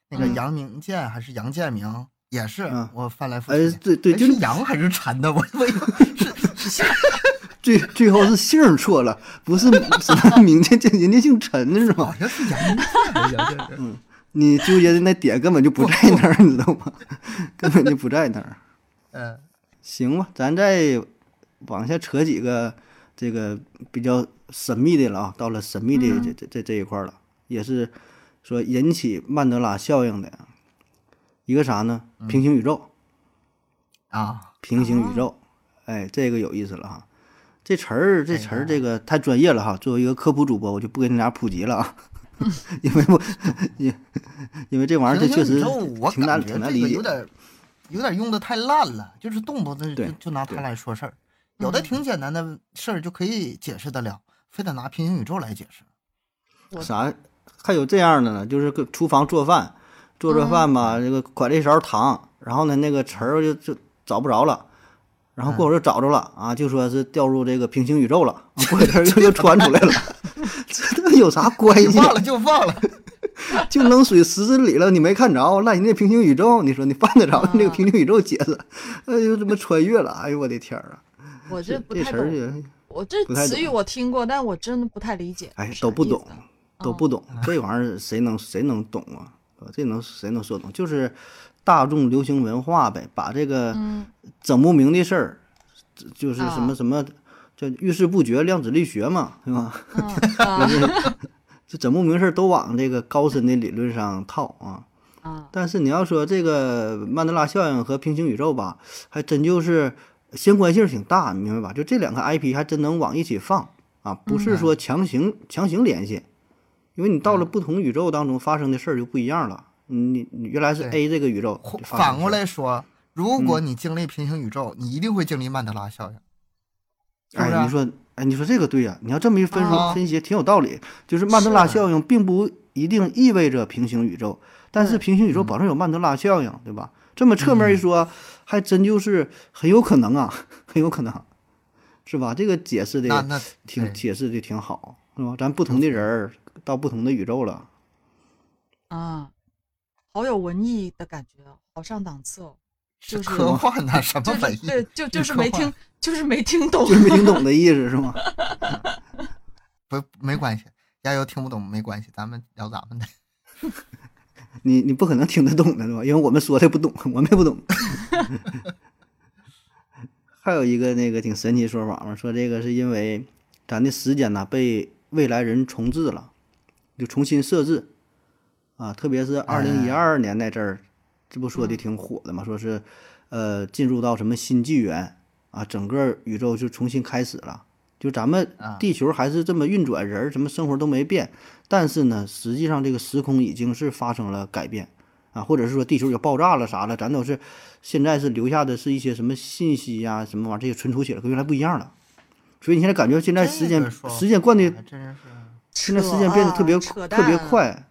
S2: 那个
S3: 嗯
S2: 杨明建还是杨建明，也是
S1: 嗯
S2: 我翻来覆
S1: 哎
S2: 去，。
S1: 对对，
S2: 哎
S1: 就是是
S2: 杨还是陈的，我我
S1: 哎最最后是姓儿错了， [LAUGHS] 不是什么名字，这人家姓陈是
S2: 好
S1: 吧？
S2: 像是杨明建还是杨
S1: [LAUGHS]
S2: 建明，
S1: 你纠结的那点根本就不在那儿，你知道吗？ [LAUGHS] 根本就不在那儿。
S2: 嗯，
S1: 行吧，咱再往下扯几个这个比较神秘的了啊，到了神秘的这这这这一块儿了，也是说引起曼德拉效应的一个啥呢？平行宇宙。
S2: 啊，
S1: 平行宇宙，哎，这个有意思了哈。这词儿，
S2: 哎
S1: 这词儿，这个太专业了哈。作为一个科普主播，我就不跟你俩普及了
S2: [LAUGHS]
S1: 啊，因为我，因因为这玩意儿这
S2: 平
S1: 确
S2: 行宇
S1: 实
S2: 宙我
S1: 挺难
S2: 感
S1: 挺
S2: 觉这个
S1: 难理解
S2: 有。点有点用的太烂了，就是动不动就
S1: 对
S2: 就拿它
S1: 对嗯
S2: 来说事儿，有的挺简单的事儿就可以解释得了，非得拿平行宇宙来解释，
S1: 啥？
S2: 嗯
S1: 还有这样的呢？就是个厨房做饭，做做饭吧，这个管这勺糖，然后呢，那个词儿就就找不着了，然后过
S2: 嗯
S1: 会儿就找着了啊，就说是掉入这个平行宇宙了，啊、过一阵儿又又传出来
S2: [LAUGHS]
S1: 了， [LAUGHS] 这都有啥关系？啊
S2: 忘了就
S1: [LAUGHS]
S2: 忘了，
S1: 就扔水池子里了，你没看着，赖你那平行宇宙，你说你犯得着那个平行宇宙解
S3: 啊
S1: 释？那就这么穿越了，哎呦我的天儿啊！
S3: 我
S1: 这
S3: 这不
S1: 这
S3: 太
S1: 词儿
S3: 懂，
S1: 也
S3: 我这
S1: 不太
S3: 词语
S1: 懂
S3: 我听过，但我真的不太理解，
S1: 哎
S3: 啥
S1: 都不
S3: 意思啊哦
S1: 懂，都不懂，这玩意儿谁能谁能懂啊？啊这能谁能说懂？就是大众流行文化呗，把这个
S3: 嗯
S1: 整不明的事儿，这就是什么
S3: 啊
S1: 什么叫遇事不决，量子力学嘛，对吧？
S3: 嗯
S1: [LAUGHS]
S3: 啊
S1: 这整不明事儿都往这个高深的理论上套啊。
S2: 嗯
S3: 啊，
S1: 但是你要说这个曼德拉效应和平行宇宙吧，还真就是相关性挺大，你明白吧？就这两个
S2: 嗯
S1: IP 还真能往一起放啊，不是说强行、强行联系，因为你
S2: 嗯
S1: 到了不同宇宙当中发生的事儿就不一样了。你你原来是
S2: 对
S1: A 这个宇宙，
S2: 或
S1: 就发生
S2: 反过
S1: 事儿，
S2: 来说，如果
S1: 嗯
S2: 你经历平行宇宙，你一定会经历曼德拉效应，是不是
S1: 哎，
S2: 啊？
S1: 你说，哎，你说这个对呀、你要这么一分说、
S2: 啊
S1: 分析，挺有道理。就是曼德拉
S2: 是啊
S1: 效应并不一定意味着平行宇宙，但是
S3: 对
S1: 平行
S2: 嗯
S1: 宇宙保证有曼德拉效应，对吧？这么侧面一说，还真就是很有可能啊， [LAUGHS] 很有可能，是吧？这个解释
S2: 那
S1: 的
S2: 那
S1: 挺
S2: 对
S1: 解释的挺好，是吧？咱不同的人儿到不同的宇宙了， [LAUGHS]
S3: 啊，好有文艺的感觉，好上档次哦，就是
S2: 科幻呐，什么
S3: 就
S2: 文
S3: 是
S2: 艺？
S3: 对，
S2: 这
S3: 就就是是
S2: 科
S3: 没
S2: 幻
S3: 听，就是没听懂
S1: [LAUGHS] 就是没听懂的意思是吗？
S2: 不没关系，加油，听不懂没关系，咱们聊咱们的。
S1: 你你不可能听得懂的，对吧？因为我们说的不懂，我们也不懂。还有一个那个挺神奇的说法嘛，说这个是因为咱的时间呢被未来人重置了，就重新设置啊，特别是二零一二年那阵儿，这不说的挺火的嘛，说是呃进入到什么新纪元啊，整个宇宙就重新开始了。就咱们
S2: 啊
S1: 地球还是这么运转，人儿什么生活都没变，但是呢，实际上这个时空已经是发生了改变啊，或者是说地球也爆炸了啥了，咱都是现在是留下的是一些什么信息呀、什么玩意儿，这些存储起来跟原来不一样了。所以你现在感觉现在时间、
S2: 这个说
S1: 时间惯的
S2: 还真是
S1: 现在时间变得特别、
S3: 啊扯啊扯
S1: 特别
S3: 淡
S1: 快，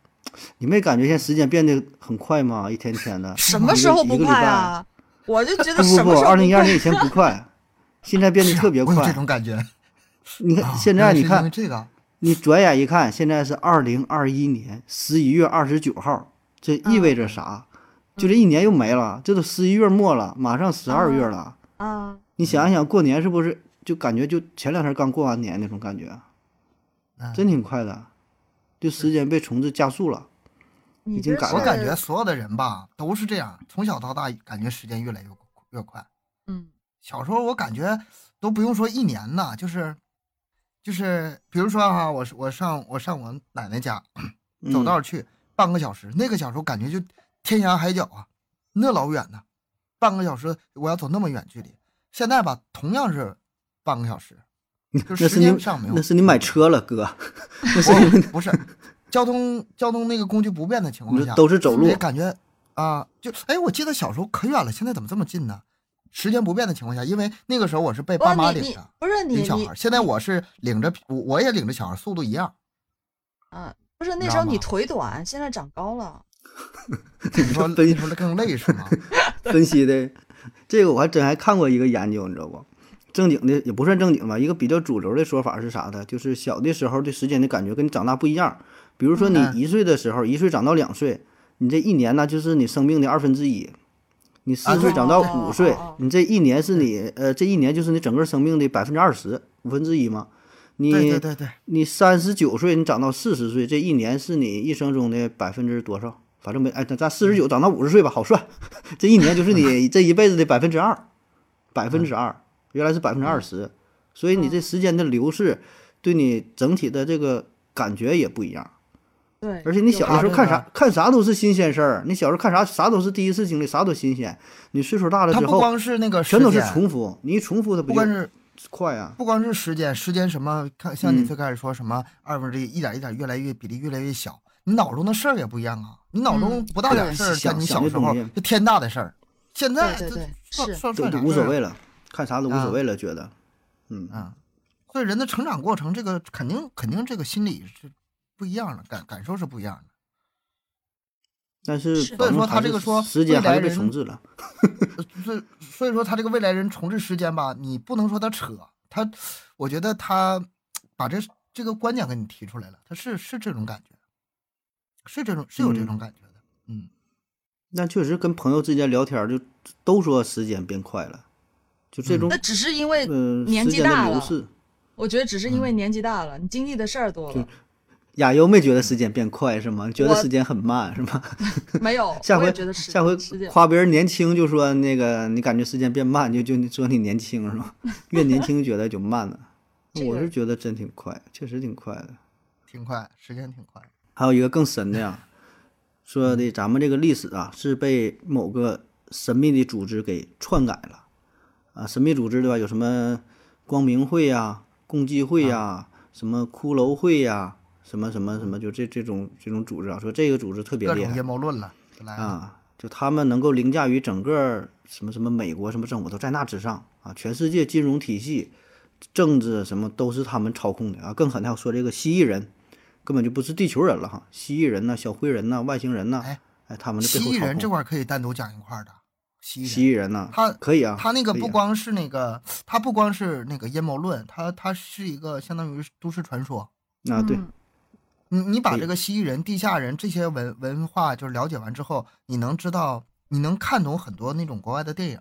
S1: 你没感觉现在时间变得很快吗？一天天的，
S3: 什么时候不
S1: 啊一个
S3: 快？啊？我就
S1: [LAUGHS]
S3: 觉
S1: 一个
S3: 得
S1: 礼拜
S3: 什
S1: 不不
S3: 么时
S1: 不，
S3: 候
S1: 二零一二
S3: 快
S1: 年以前不快， [LAUGHS] 现在变得特别
S2: 啊我有这
S1: 快。[LAUGHS]
S2: 种感觉。
S1: 你
S2: 啊
S1: 看现
S2: 原
S1: 在，
S2: 来
S1: 你
S2: 是因为
S1: 看，
S2: 这个，
S1: 你转眼一看，现在是二零二一年十一月二十九号，这意味着啥？
S2: 嗯
S1: 就这一年又没了，这都十一月末了，马上十二月了。
S2: 嗯
S3: 啊？
S1: 你想一想，过年是不是就感觉就前两天刚过完年那种感觉，啊
S2: 嗯
S1: 真挺快的，就时间被虫子加速了。
S3: 你
S1: 已经
S3: 这
S1: 赶
S3: 是
S2: 我感觉所有的人吧都是这样，从小到大感觉时间越来越越快。
S3: 嗯
S2: 小时候我感觉都不用说一年呐，就是就是，比如说哈、我是我上我上我奶奶家
S1: 嗯
S2: 走道儿去半个小时，那个小时候感觉就天涯海角啊，那老远呢，半个小时我要走那么远距离。现在吧，同样是半个小
S1: [LAUGHS]
S2: 时，就
S1: 那
S2: 时
S1: 是你
S2: 间上没有，
S1: 那是你买车了，哥，那是你
S2: 不是交通交通那个工具不便的情况
S1: 你
S2: 下
S1: 这，都是走路
S2: 也，感觉啊，就哎，我记得小时候可远了，现在怎么这么近呢？时间不变的情况下，因为那个时候我是被
S3: 不是
S2: 爸妈
S3: 哦你
S2: 领
S3: 你
S2: 着
S3: 不是
S2: 领
S3: 你
S2: 小
S3: 你
S2: 孩，现在我是领着我我也领着小孩，速度一
S1: [LAUGHS]
S2: 样。
S3: 啊，不是
S2: 知
S3: 那
S2: 道
S3: 时候你
S2: 吗
S3: 腿短，现在长高了。
S2: 你
S1: [LAUGHS]
S2: 说
S1: 分
S2: 你说更累是吗？
S1: 分析的，这个我还真还看过一个研究，你知道不？正经的也不算正经吧，一个比较主流的说法是啥呢？就是小的时候的时间的感觉跟你长大不一样。比如说你
S2: 嗯
S1: 一岁的时候，一岁长到两岁，你这一年呢就是你生命的二分之一；你
S2: 啊
S1: 四岁长到
S3: 哦
S1: 五岁
S3: 哦哦，
S1: 你这一年是你呃这一年就是你整个生命的百分之二十，五分之一嘛。 [LAUGHS] 你
S2: 对对对对，
S1: 你三十九岁，你长到四十岁，这一年是你一生中的百分之多少？反正没哎，咱咱四十九长到五十岁吧，好算， [LAUGHS] 这一年就是
S2: [LAUGHS]
S1: 你这一辈子的百分之
S2: 嗯
S1: 二，百分之二，原来是百分之二十，所
S2: 嗯
S1: 以你这时间的流逝，对你整体的这个感觉也不一样。
S3: 对，
S1: 而且你
S3: 有
S1: 小
S3: 道
S1: 的时
S3: 理
S1: 候看啥看啥都是新鲜事儿，你小时候看啥啥都是第一次经历，啥都新鲜。你岁数大了
S2: 它
S1: 之
S2: 不
S1: 后，
S2: 光是那个时
S1: 全都是
S2: 间，
S1: 重复，你一重复它
S2: 不
S1: 不
S2: 光
S1: 就是快啊？
S2: 不光是时间，时间什么，看像你
S1: 嗯
S2: 最开始说什么二分之一，一点一点越来越比例越来越小，你脑中的事儿也不一样啊。你脑中
S3: 嗯
S2: 不大点
S1: 对
S2: 事儿，像
S1: 想
S2: 你
S1: 想
S2: 小
S1: 这
S2: 时
S1: 东
S2: 候
S1: 西
S2: 就天大的事儿，现在
S3: 对
S2: 就
S3: 对
S2: 算
S3: 是
S2: 算
S1: 都
S2: 算
S1: 都
S2: 啥
S1: 无
S2: 事
S1: 所
S2: 儿
S1: 谓了，看啥都无
S2: 啊
S1: 所谓了，觉得，嗯。
S2: 啊。所以人的成长过程，这个肯定肯定这个心理是不一样的，感感受是不一样的。
S1: 但是
S3: 是
S1: 反
S2: 所以
S1: 正
S2: 说他
S1: 还
S2: 这
S1: 是
S2: 个说
S1: 时间
S2: 未来
S1: 还是被
S2: 人
S1: 重置了，
S2: 所以所以说他这个未来人重置时间吧，你不能说他扯，他我觉得他把这这个观点给你提出来了，他是是这种感觉，是这种是有这
S1: 嗯
S2: 种感觉的，嗯，
S1: 那确实跟朋友之间聊天儿就都说时间变快了，就这种
S3: 嗯那只是因为
S1: 呃
S3: 年
S1: 时
S3: 纪
S1: 间的
S3: 大
S1: 流
S3: 了
S1: 逝。嗯
S3: 我觉得只是因为年纪大了，你经历的事儿多了，
S1: 亚优没觉得时间变快是吗？觉得
S3: 我
S1: 时间很慢是吗？。
S3: 没有
S1: 下
S3: 我
S1: 回
S3: 也觉得是，
S1: 下回
S3: 是这样
S1: 夸别人年轻就说那个你感觉时间变慢，就就你说你年轻是吗？ [LAUGHS] 越年轻觉得就慢了。
S3: 这
S1: 我
S3: 个
S1: 是觉得真挺快，确实挺快的。
S2: 挺快，时间挺快，
S1: 还有一个更深的呀，说的咱们这个历史啊是被某个神秘的组织给篡改了啊，神秘组织对吧？有什么光明会呀、共济会呀、什么骷髅会呀、什么什么什么，就这这种这种组织啊，说这个组织特别
S2: 各
S1: 厉
S2: 种
S1: 害
S2: 阴谋论了，就来了，
S1: 啊，就他们能够凌驾于整个什么什么美国什么政府都在那之上啊，全世界金融体系、政治什么都是他们操控的啊。更狠的还有说这个蜥蜴人根本就不是地球人了哈，蜥蜴人呐、小灰人呐、外星人呐、
S2: 哎
S1: 哎，他们的
S2: 蜥
S1: 背后
S2: 蜴人这
S1: 操控。
S2: 块儿可以单独讲一块儿的，蜥蜴人。
S1: 蜥蜴人呐、
S2: 他
S1: 可以啊，
S2: 他那个
S1: 可以
S2: 不
S1: 啊
S2: 光是那个，他不光是那个阴谋论，他他是一个相当于是都市传说。
S1: 啊，对，
S3: 嗯
S2: 你你把
S1: 对
S2: 这个蜥蜴人、地下人这些文文化就是了解完之后，你能知道，你能看懂很多那种国外的电影，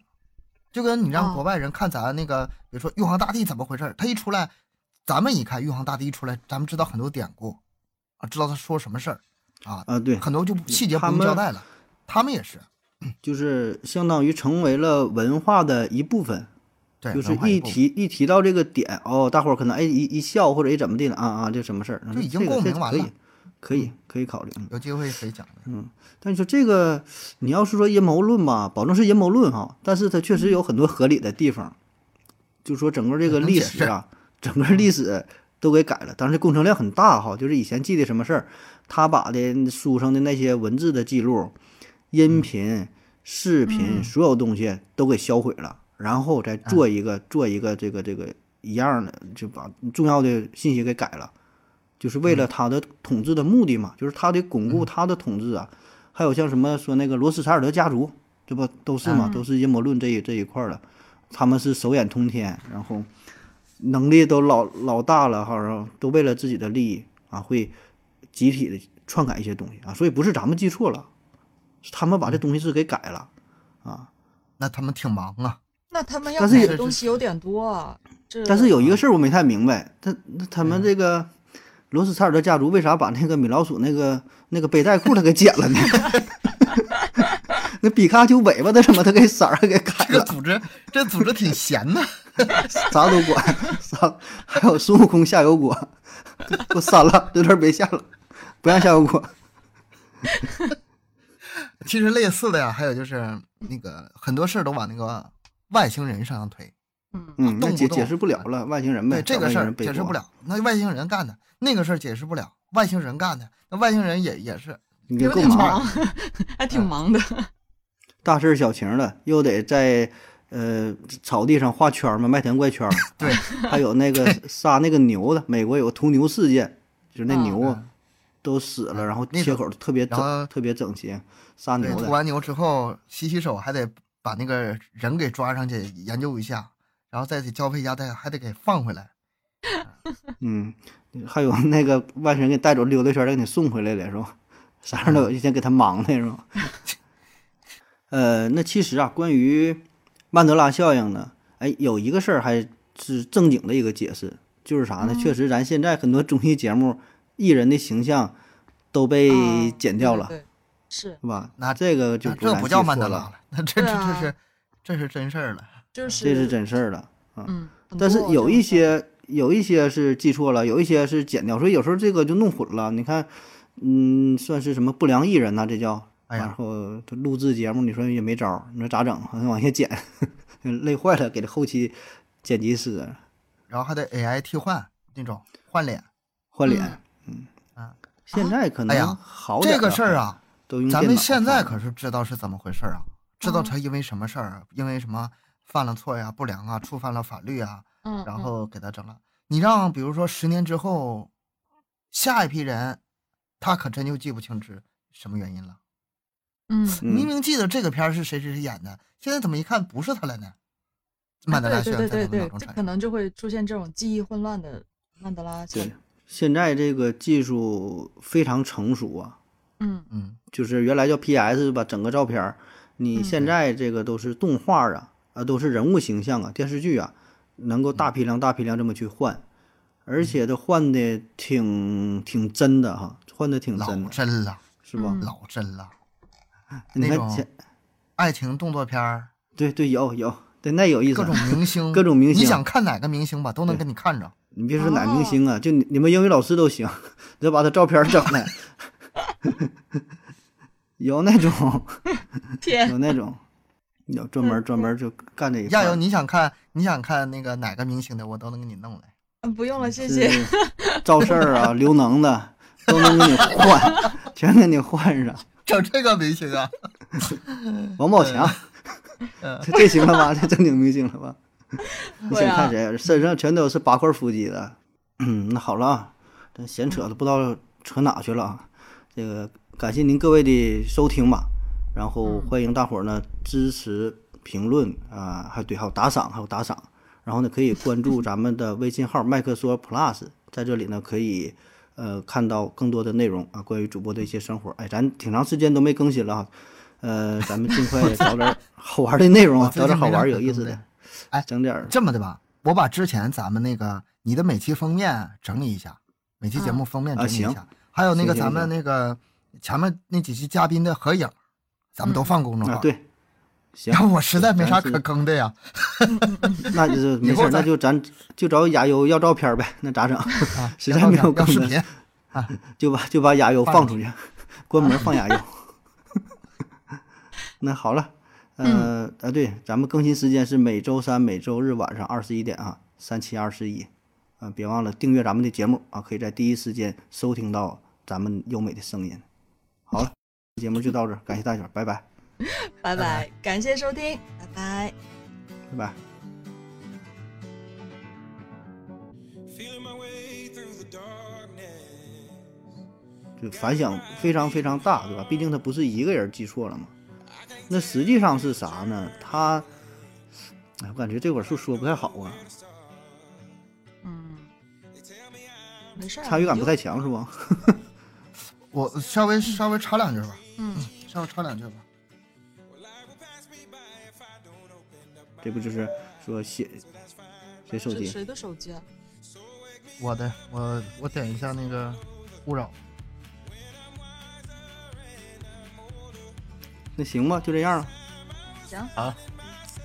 S2: 就跟你让
S3: 哦
S2: 国外人看咱那个，比如说玉皇大帝怎么回事儿，他一出来，咱们一看玉皇大帝一出来，咱们知道很多典故，啊，知道他说什么事儿，啊，
S1: 啊对，
S2: 很多就细节不
S1: 他
S2: 用交
S1: 们
S2: 代了。他们也是，
S1: 就是相当于成为了文化的一部分，
S2: 对，
S1: 就是
S2: 文化
S1: 一
S2: 部分
S1: 提一提到这个点，哦，大伙儿可能哎一一笑或者一怎么地了啊啊，这什么事儿？
S2: 就已经
S1: 这个
S2: 共
S1: 这
S2: 鸣完
S1: 可以
S2: 了，
S1: 可以可以考虑。嗯
S2: 有机会可以讲的。
S1: 但你说这个，你要是说阴谋论吧，保证是阴谋论哈，但是它确实有很多合理的地方。就说整个这个
S2: 能
S1: 历
S2: 解
S1: 史
S2: 释
S1: 啊，整个历史都给改了，当然这工程量很大哈。就是以前记的什么事儿，他把的书上的那些文字的记录、音
S2: 嗯
S1: 频、视频，
S3: 嗯
S1: 所有东西都给销毁了，然后再做一
S2: 嗯
S1: 个做一个这个这个一样的，就把重要的信息给改了。就是为
S2: 嗯
S1: 了他的统治的目的嘛，就是他得巩固他的统治啊。还有像什么说那个罗斯柴尔德家族，这不都是嘛，
S3: 嗯
S1: 都是阴谋论这一这一块儿的，他们是手眼通天，然后能力都老老大了哈，然后都为了自己的利益啊，会集体的篡改一些东西啊，所以不是咱们记错了，是他们把这东西是给改了啊。
S2: 那他们挺忙啊，
S3: 那他们要
S1: 但是
S3: 改
S1: 也
S3: 的东西有点多啊，这
S1: 但是有一个事儿我没太明白，他那他们这个罗斯柴尔德家族为啥把那个米老鼠那个那个背带裤他给剪了呢？ [LAUGHS] 那皮卡丘尾巴他怎么他给色儿给改
S2: 这个
S1: 了？
S2: 组织，这组织挺闲的。 [LAUGHS]
S1: [LAUGHS] 啥都管，啥还有孙悟空下油锅，给我删了，这段别下了，不让下油锅。
S2: 其实类似的呀，还有就是那个很多事儿都往那个外星人身上推。
S3: 嗯
S1: 嗯，那
S2: 动不
S1: 解
S2: 动
S1: 解释不了了，外星人呗，
S2: 对这
S1: 找
S2: 个
S1: 外
S2: 事
S1: 星
S2: 儿
S1: 人背
S2: 解释
S1: 锅啊
S2: 不，了，那外星人干的那个事儿解释不了，外星人干的那外星人也也是
S1: 你这
S3: 有
S1: 够
S3: 点
S1: 忙，嗯
S3: 忙，还挺忙的。
S1: 大事儿小情儿的，又得在呃草地上画圈儿嘛，麦田怪圈儿。
S2: [LAUGHS] 对，
S1: 还有那个杀那个牛的，美国有个屠牛事件，就是那
S3: 嗯
S1: 牛啊都死了，然后
S2: 那
S1: 切
S2: 种
S1: 口特别整
S2: 然后，
S1: 特别整齐，杀
S2: 对
S1: 牛
S2: 吐
S1: 的。
S2: 完牛之后洗洗手，还得把那个人给抓上去研究一下，然后再得交配一下，再还得给放回来。
S1: 嗯，还有那个外星人给带走溜达一圈儿，再给你送回来了是吧？啥事儿都有，一天给他忙的是吧？ [LAUGHS] 呃，那其实啊，关于曼德拉效应呢，哎，有一个事儿还是正经的一个解释，就是啥
S2: 嗯
S1: 呢？确实，咱现在很多综艺节目艺人的形象都被
S2: 嗯
S3: 啊
S1: 剪掉了。
S3: 对对对是，
S1: 是吧？
S2: 那
S1: 这个就
S2: 那这
S1: 难
S2: 不
S1: 细
S2: 叫曼
S1: 说
S2: 德拉
S1: 了，
S2: 了，那这这
S3: 对
S2: 这
S3: 啊
S2: 是这是真事儿了。
S3: 就
S1: 啊这是真事儿了。
S3: 嗯，很
S1: 但是
S3: 多
S1: 有一
S3: 这种事儿
S1: 些有一些是记错了，有一些是剪掉，所以有时候这个就弄混了。你看，嗯，算是什么不良艺人呐、这叫。
S2: 哎呀
S1: 然后他录制节目，你说也没招儿，你说咋整？往下剪，累坏了，给这后期剪辑师
S2: 然后还得 AI 替换那种换脸，
S1: 换脸。嗯
S2: 啊
S1: 现在可
S2: 哎
S1: 能
S2: 呀
S1: 好点
S2: 这个
S1: 了
S2: 事儿，啊，
S1: 都用
S2: 咱
S1: 电
S2: 们
S1: 脑
S2: 现在
S1: 看
S2: 可是知道是怎么回事儿啊，知道
S3: 嗯
S2: 他因为什么事儿啊，因为什么犯了错呀、不良啊、触犯了法律啊，
S3: 嗯，
S2: 然
S3: 嗯
S2: 后给他整了。你让比如说十年之后，下一批人，他可真就记不清是什么原因了。
S1: [LAUGHS]
S3: 嗯，
S2: 明明记得这个片儿是谁谁谁演的，现在怎么一看不是他了呢？曼德拉
S3: 对
S2: 效
S3: 对
S2: 应
S3: 哎对
S2: 在他们脑
S3: 对对
S2: 中，
S3: 这
S2: 产
S3: 可
S2: 生。
S3: 能就会出现这种记忆混乱的曼德拉效
S1: 对
S3: 应。，
S1: 现在这个技术非常成熟啊， [LAUGHS]
S3: 嗯
S2: 嗯，
S1: 就是原来叫 PS 吧，整个照片儿，你
S3: 嗯
S1: 现在这个都是动画啊，啊都是人物形象啊，电视剧啊，能够大批量大批量这么去换，
S2: 嗯
S1: 而且都换的挺挺真的哈，换的挺
S2: 老
S1: 嗯真的，
S2: 真了，
S1: 是吧？
S3: 嗯
S2: 老真了。
S1: 你
S2: 那
S1: 看
S2: 种
S1: 前，
S2: 爱情动作片儿，
S1: 对对，有有，对那有意思
S2: 各
S1: 啊，
S2: 种明
S1: [LAUGHS]
S2: 星，
S1: 各种明星
S2: 你想看哪个明星吧，都能给你看着。
S1: 你别说哪
S2: 哦
S1: 明星啊，就你你们英语老师都行，你就把他照片整来， [LAUGHS] 有那种
S3: 天，
S1: 有那种，有专门专门就干这一块
S2: 亚
S1: 儿
S2: 游，
S1: 的。
S2: 你想看你想看那个哪个明星的，我都能给你弄来。
S3: 嗯不用了，谢
S1: 是
S3: 谢。
S1: 赵四儿
S3: [LAUGHS]
S1: 啊、刘能的都能给你换，全给你换上。
S2: 整这个明星啊，
S1: 王宝强，
S2: 嗯，
S1: 这这行了吧？这正经明星了吧？你
S3: 对
S1: 想
S3: 啊
S1: 看谁？身上全都是八块腹肌的。嗯，那好了啊，这闲扯的不知道扯哪去了啊。这个感谢您各位的收听吧，然
S3: 嗯
S1: 后欢迎大伙儿呢支持、评论啊，还对，还有打赏，还有打赏。然后呢，可以关注咱们的微信号麦克说 Plus，在这里呢可以呃看到更多的内容啊，关于主播的一些生活。哎，咱挺长时间都没更新了啊，呃，咱们尽
S2: [LAUGHS]
S1: 快找点儿好玩的内容
S2: 我
S1: 啊，
S2: 最
S1: 找点
S2: 近
S1: 儿好
S2: 没啥
S1: 玩儿
S2: 可
S1: 有意思
S2: 更
S1: 的
S2: 的，哎
S1: 整点儿
S2: [LAUGHS] 这么的吧，我把之前咱们那个你的每期封面整理一下，每期节目封面整理一
S1: 啊
S2: 下，
S1: 行
S2: 还有那个
S1: 行行
S2: 咱们那个前面那几期嘉宾的合影，咱们都放公众号。
S1: 啊，，对，行
S2: 然，后我实在没啥
S1: 咱是
S2: 可更的 [LAUGHS] 呀，
S1: 那
S2: [LAUGHS]
S1: 就是没
S2: 以
S1: 事
S2: 后
S1: 儿，那
S2: 咱
S1: 就咱就找亚优要照片儿呗，那咋整？
S2: 啊，
S1: 实在没有
S2: 要
S1: 更
S2: 视
S1: 的
S2: 频，
S1: 就把就把亚优
S2: 放
S1: 放出去， [LAUGHS] 关门放亚优。 [LAUGHS] 那好了，呃、啊对，咱们更新时间是每周三、每周日晚上二十一点啊，三七二十一，啊别忘了订阅咱们的节目啊，可以在第一时间收听到咱们优美的声音。好了，节目就到这儿，感谢大家，拜拜，
S3: 拜拜，感谢收听，拜拜。
S1: 拜拜。
S4: Feeling my way through the darkness.
S1: 就反响非常非常大，对吧？毕竟他不是一个人记错了嘛。那实际上是啥呢？他，哎，我感觉这会儿是说不太好啊，
S3: 嗯，没事儿，啊
S1: 参与感
S3: 你
S1: 不
S3: 就
S1: 太强是吧？
S2: 我稍微稍微插两句吧，
S3: 嗯，
S2: 稍微插两句吧。
S1: 这不就是说写写手
S3: 是
S1: 机？
S3: 谁的手机啊？
S2: 我的，我我点一下那个勿扰，
S1: 那行吧，就这样了，
S3: 行，
S2: 啊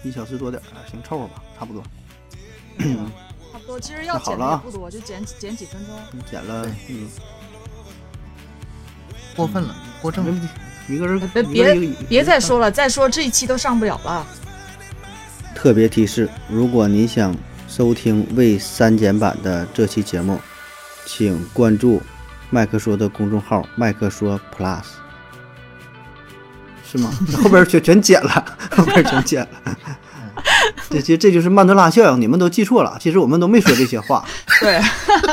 S1: 一小时多点儿，哎行，凑合吧，差不多。
S3: 嗯差不多，其实
S1: 那
S3: 要
S1: 好
S3: 剪
S1: 了
S3: 的也
S1: 啊
S3: 不多，就剪几剪几分钟。
S1: 剪了，嗯，
S2: 过分了，过正
S1: 那
S2: 了。
S1: 不一个人
S3: 呃别
S1: 一个人一
S3: 别
S1: 个
S3: 别再说了，再说这一期都上不了了。
S1: 特别提示：如果你想收听未删减版的这期节目，请关注麦克说的公众号“麦克说 Plus”。是吗？后边全全剪了，后边全剪了。这这这就是曼德拉效应，你们都记错了。其实我们都没说这些话，
S3: 对，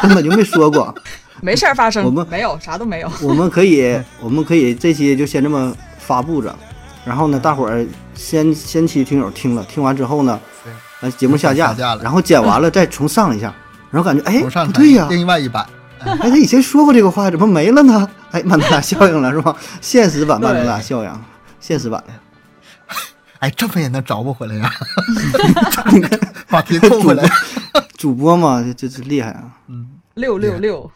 S1: 根本就没说过。
S3: 没事儿发生，
S1: 我们
S3: 没有啥都没有。
S1: [LAUGHS] 我们可以，我们可以这期就先这么发布着，然
S2: 嗯
S1: 后呢，大伙儿先先期听友听了，听完之后呢，
S2: 对，
S1: 呃，节目下架，
S2: [LAUGHS] 下架了
S1: 然后剪
S2: [LAUGHS]
S1: 完了再重上一下，然后感觉哎
S2: 我上
S1: 不
S2: 台
S1: 对呀、
S2: 另外一版，
S1: 哎他以前说过这个话，怎么没了呢？哎，曼德拉效应了是吧？现实版曼德拉效应，现实版的，
S2: 哎，这么也能找不回来呀、把题扣回来。
S1: 主播嘛，这这这厉害啊！
S2: 嗯，
S3: 六六六，